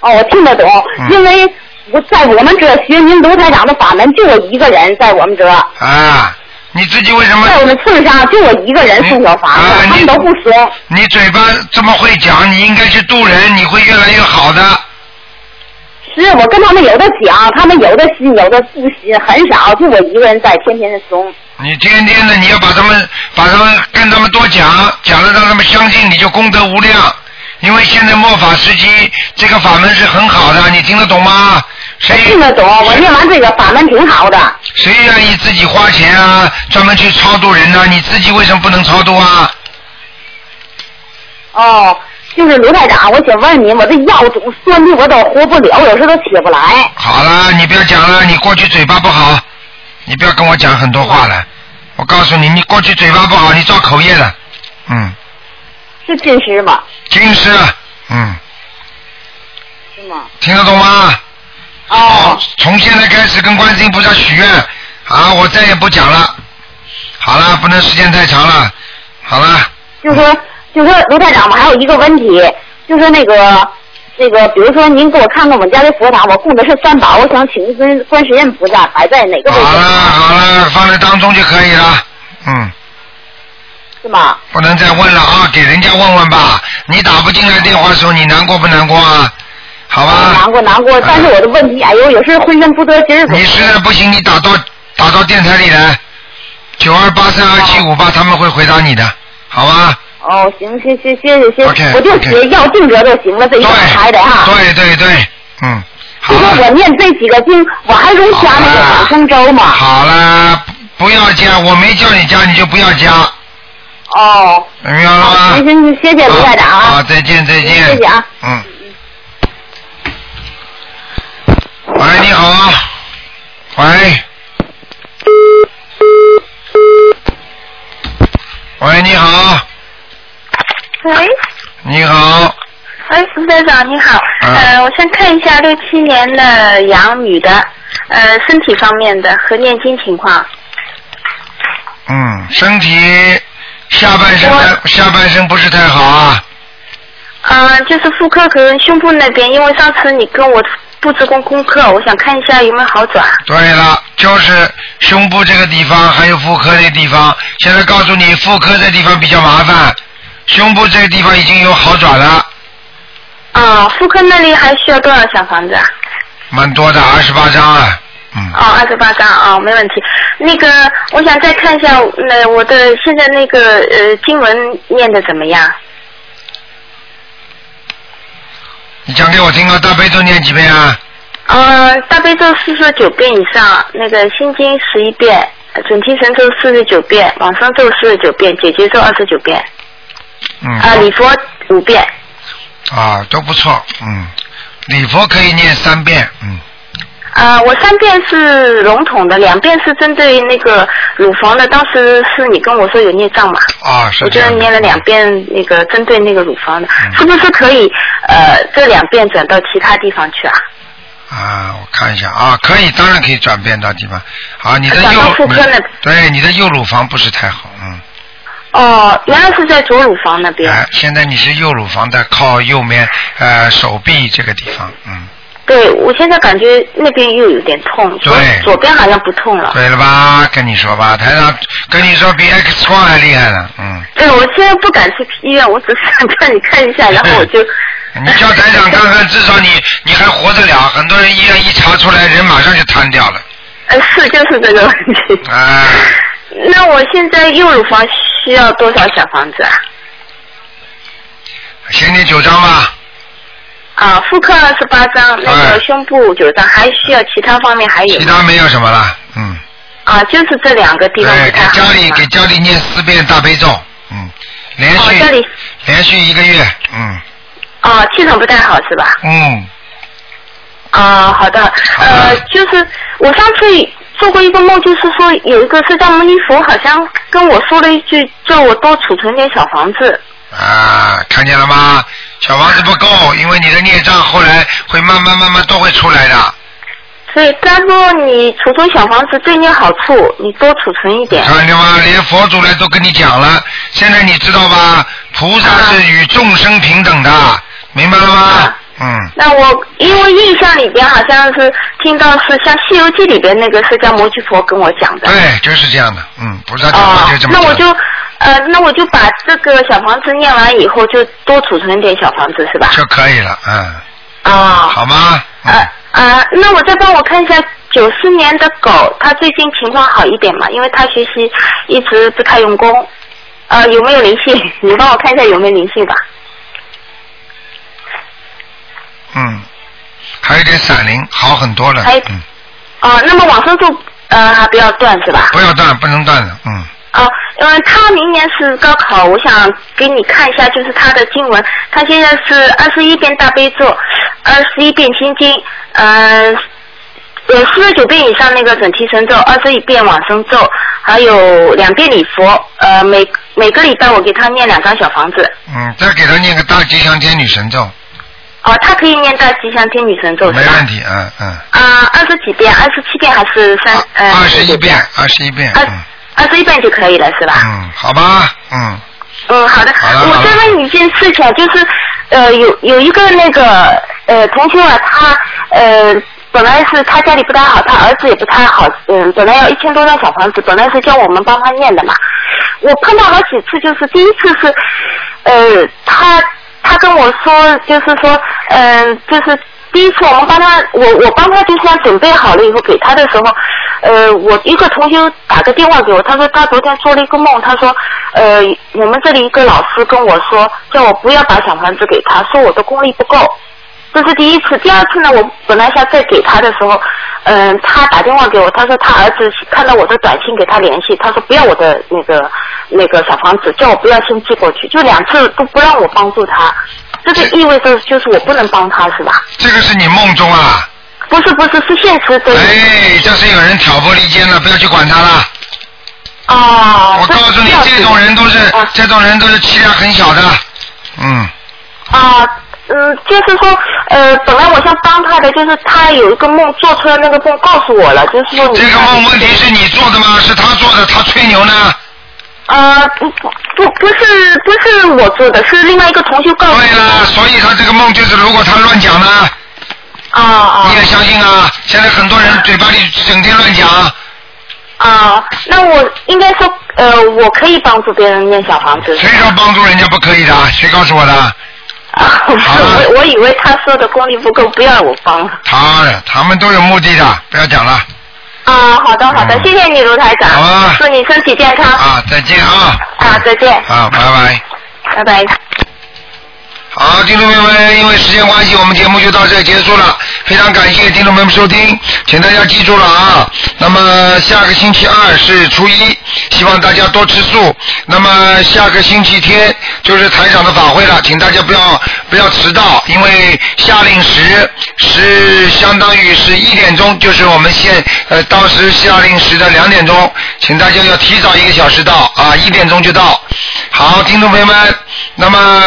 S3: 哦，我听得懂，因为我在我们这学您卢台长的法门就我一个人在我们这，
S1: 啊，你自己为什么？
S3: 在我们村上就我一个人送小房子，他们都不说。
S1: 你嘴巴这么会讲，你应该去渡人，你会越来越好的。
S3: 是我跟他们有的讲，他们有的信，有的不信，很少，就我一个人在，天天的怂。
S1: 你天天的你要把他们，把他们跟他们多讲，讲了让他们相信，你就功德无量。因为现在末法时期，这个法门是很好的，你听得懂吗？谁
S3: 听得懂？啊我念完这个法门挺好的。
S1: 谁愿意自己花钱啊，专门去超度人呢、啊你自己为什么不能超度啊？
S3: 哦，就是卢台长，我想问你，我这腰总酸的，我都活不了，有时候都起不来。
S1: 好了，你不要讲了，你过去嘴巴不好，你不要跟我讲很多话了。我告诉你，你过去嘴巴不好，你造口业了，嗯，
S3: 是近视吗？
S1: 近视，嗯，
S3: 是吗？
S1: 听得懂吗？哦，从现在开始跟观世音菩萨许愿啊！我再也不讲了。好了，不能时间太长了。好了，
S3: 就说就说卢台长，我还有一个问题，就说那个那个，比如说您给我看看我们家的佛堂，我供的是三宝，我想请观观世音菩萨摆在哪个位置？
S1: 好了，放在当中就可以了。嗯，
S3: 是吗？
S1: 不能再问了啊！给人家问问吧。你打不进来电话的时候，你难过不难过啊？好吧。
S3: 哎难过难过，但是我的问题，哎呦，有时候浑身不得劲儿。
S1: 你实在不行，你打到打到电台里来，九二八三二七五八，他们会回答你的，好吧？
S3: 哦，行，谢谢谢谢谢
S1: OK，
S3: 我就
S1: OK
S3: 写要定格就行了，这一张牌的哈。
S1: 对对对，嗯，
S3: 啊就说我念这几个经，我还容加那个往生咒吗？
S1: 好了，不要加，我没叫你加，你就不要加，
S3: 哦，
S1: 明白了吗？
S3: 行行，谢谢卢台长啊，
S1: 好，再见再见。
S3: 谢谢啊。
S1: 嗯。喂，你好。喂。喂，你好，
S2: 喂，
S1: 你好，
S3: 哎
S1: 啊
S2: 喂，冯队长你好，呃，我先看一下六七年的羊女的，
S3: 呃身体方面的和念经情况。
S1: 嗯，身体下半身还下半身不是太好啊，
S3: 嗯、就是妇科和嗯胸部那边，因为上次你跟我布置过功课，我想看一下有没有好转。
S1: 对了，就是胸部这个地方，还有妇科这个地方。现在告诉你，妇科这地方比较麻烦，胸部这个地方已经有好转了，
S3: 啊、妇科那里还需要多少小房子啊？
S1: 蛮多的，二十八张啊。
S3: 哦，二十八张啊、哦，没问题。那个，我想再看一下，那、我的现在那个呃经文念的怎么样？
S1: 你讲给我听啊，大悲咒念几遍啊？
S3: 呃，大悲咒四十九遍以上，那个心经十一遍，准提神咒四十九遍，往生咒四十九遍，解结咒二十九遍，
S1: 嗯。
S3: 啊、礼佛五遍。呃
S1: 啊，都不错，嗯。礼佛可以念三遍，嗯，
S3: 呃，我三遍是笼统的，两遍是针对那个乳房的。当时是你跟我说有孽障嘛？
S1: 啊，是
S3: 我
S1: 这
S3: 就
S1: 样的。嗯
S3: 念了两遍那个针对那个乳房的，是不是可以呃这两遍转到其他地方去啊？
S1: 啊，我看一下啊，可以，当然可以转变到地方。啊，你的
S3: 转
S1: 右
S3: 到妇科那
S1: 你对你的右乳房不是太好，嗯，
S3: 哦，原来是在左乳房那边。
S1: 哎，现在你是右乳房的靠右面呃手臂这个地方，嗯，
S3: 对，我现在感觉那边又有点痛，左
S1: 对
S3: 左边好像不痛了。
S1: 对了吧？跟你说吧，台长跟你说比 X 光还厉害呢，嗯，
S3: 对，我现在不敢去医院，我只是想叫你看一
S1: 哎
S3: 下，然后我就
S1: 你叫台长看看，至少你你还活得了。很多人医院一查出来，人马上就瘫掉了。
S3: 呃是就是这个问题。
S1: 啊，
S3: 那我现在右乳房需要多少小房子啊？
S1: 先念九章吧。
S3: 啊，妇科二十八
S1: 哎
S3: 张，那个胸部九张，还需要其他方面还有吗？
S1: 其他没有什么了，嗯。
S3: 啊，就是这两个地方
S1: 对，哎给
S3: 不太好。
S1: 家里给家里念四遍大悲咒，嗯，连
S3: 哦，
S1: 续、
S3: 这里
S1: 连续一个月，嗯
S3: 啊，气场不太好是吧？
S1: 嗯，
S3: 啊，好的，呃，就是我上次做过一个梦，就是说有一个释迦牟尼佛好像跟我说了一句，叫我多储存点小房子。
S1: 啊，看见了吗？小房子不够，因为你的孽障后来会慢慢慢慢都会出来的。
S3: 所以他说你储存小房子对你有好处，你多储存一点。
S1: 看见吗？连佛祖来都跟你讲了，现在你知道吧？菩萨是与众生平等的，明白了
S3: 啊
S1: 吗？嗯，
S3: 那我因为印象里边好像是听到是像《西游记》里边那个释迦牟尼佛跟我讲的。
S1: 对，就是这样的，嗯，菩萨讲
S3: 啊
S1: 话就这么
S3: 那
S1: 讲。
S3: 我就呃，那我就把这个小房子念完以后，就多储存点小房子是吧？
S1: 就可以了，嗯，
S3: 啊
S1: 好吗？嗯
S3: 啊，那我再帮我看一下九四年的狗，它最近情况好一点嘛？因为它学习一直不太用功，呃，有没有灵性？你帮我看一下有没有灵性吧？
S1: 嗯，还有点闪灵，好很多了。
S3: 还有
S1: 嗯，
S3: 哦、那么往生咒呃还不要断是吧？
S1: 不要断，不能断的，嗯。
S3: 啊，因为他明年是高考，我想给你看一下，就是他的经文。他现在是二十一遍大悲咒，二十一遍心经，呃，有四十九遍以上那个准提神咒，二十一遍往生咒，还有两遍礼佛。呃，每每个礼拜我给他念两张小房子。
S1: 嗯，再给他念个大吉祥天女神咒，
S3: 哦、他可以念大吉祥天女神咒
S1: 没
S3: 是吧？
S1: 问题，嗯嗯，
S3: 啊、二十几遍，二十七遍还是三？呃，
S1: 啊二十一遍，二十一遍，嗯
S3: 二十一遍就可以了是吧？
S1: 嗯，好吧，嗯，
S3: 嗯，好的。
S1: 好了
S3: 我
S1: 好了
S3: 再问你一件事情，就是呃，有有一个那个呃同学啊，他呃本来是他家里不太好，他儿子也不太好，嗯，本来要一千多张小房子，本来是叫我们帮他念的嘛。我碰到好几次，就是第一次是呃他他跟我说，就是说嗯、就是。第一次我们帮他，我我帮他就像准备好了以后给他的时候，呃，我一个同学打个电话给我，他说他昨天做了一个梦，他说，呃，我们这里一个老师跟我说，叫我不要把小房子给他，说我的功力不够。这是第一次，第二次呢，我本来想再给他的时候，嗯、他打电话给我，他说他儿子看到我的短信给他联系，他说不要我的那个那个小房子，叫我不要先寄过去，就两次都不让我帮助他，这个意味着就是我不能帮他是吧？
S1: 这个是你梦中啊，
S3: 不是不是是现实中。
S1: 哎，这是有人挑拨离间了，不要去管他了。
S3: 哦，
S1: 我告诉你，这种人都是，
S3: 啊
S1: 这种人都是气量很小的，嗯，
S3: 啊，嗯，就是说，呃，本来我想帮他的，就就是他有一个梦做出来，那个梦告诉我了，就是说你
S1: 这个梦问题是你做的吗？是他做的，他吹牛呢？
S3: 呃，不不不，不是不是我做的，是另外一个同学告诉我。对
S1: 了，所以他这个梦就是，如果他乱讲呢？
S3: 啊啊！
S1: 你也相信啊？现在很多人嘴巴里整天乱讲。
S3: 啊，那我应该说，呃，我可以帮助别人念小房子。
S1: 谁说帮助人家不可以的？谁告诉我的？
S3: 啊， *laughs* 我我以为他说的功力不够，不要我帮。
S1: 他他们都有目的的，不要讲了。
S3: 啊，好的好的，谢谢你卢台长，
S1: 啊
S3: 祝你身体健康。
S1: 啊，再见啊！
S3: 啊，再见，
S1: 啊，拜拜。
S3: 拜拜。
S1: 好，听众朋友们，因为时间关系，我们节目就到这儿结束了。非常感谢听众朋友们收听，请大家记住了啊。那么下个星期二是初一，希望大家多吃素。那么下个星期天就是台长的法会了，请大家不要不要迟到，因为夏令时是相当于是一点钟，就是我们现呃当时夏令时的两点钟，请大家要提早一个小时到啊，一点钟就到。好，听众朋友们，那么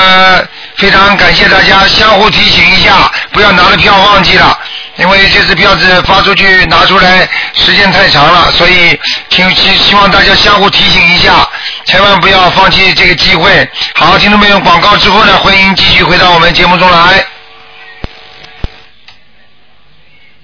S1: 非常感谢大家相互提醒一下，不要拿了票忘记了，因为这次票子发出去拿出来时间太长了，所以请希希望大家相互提醒一下，千万不要放弃这个机会。好，听众朋友，广告之后呢，欢迎继续回到我们节目中来。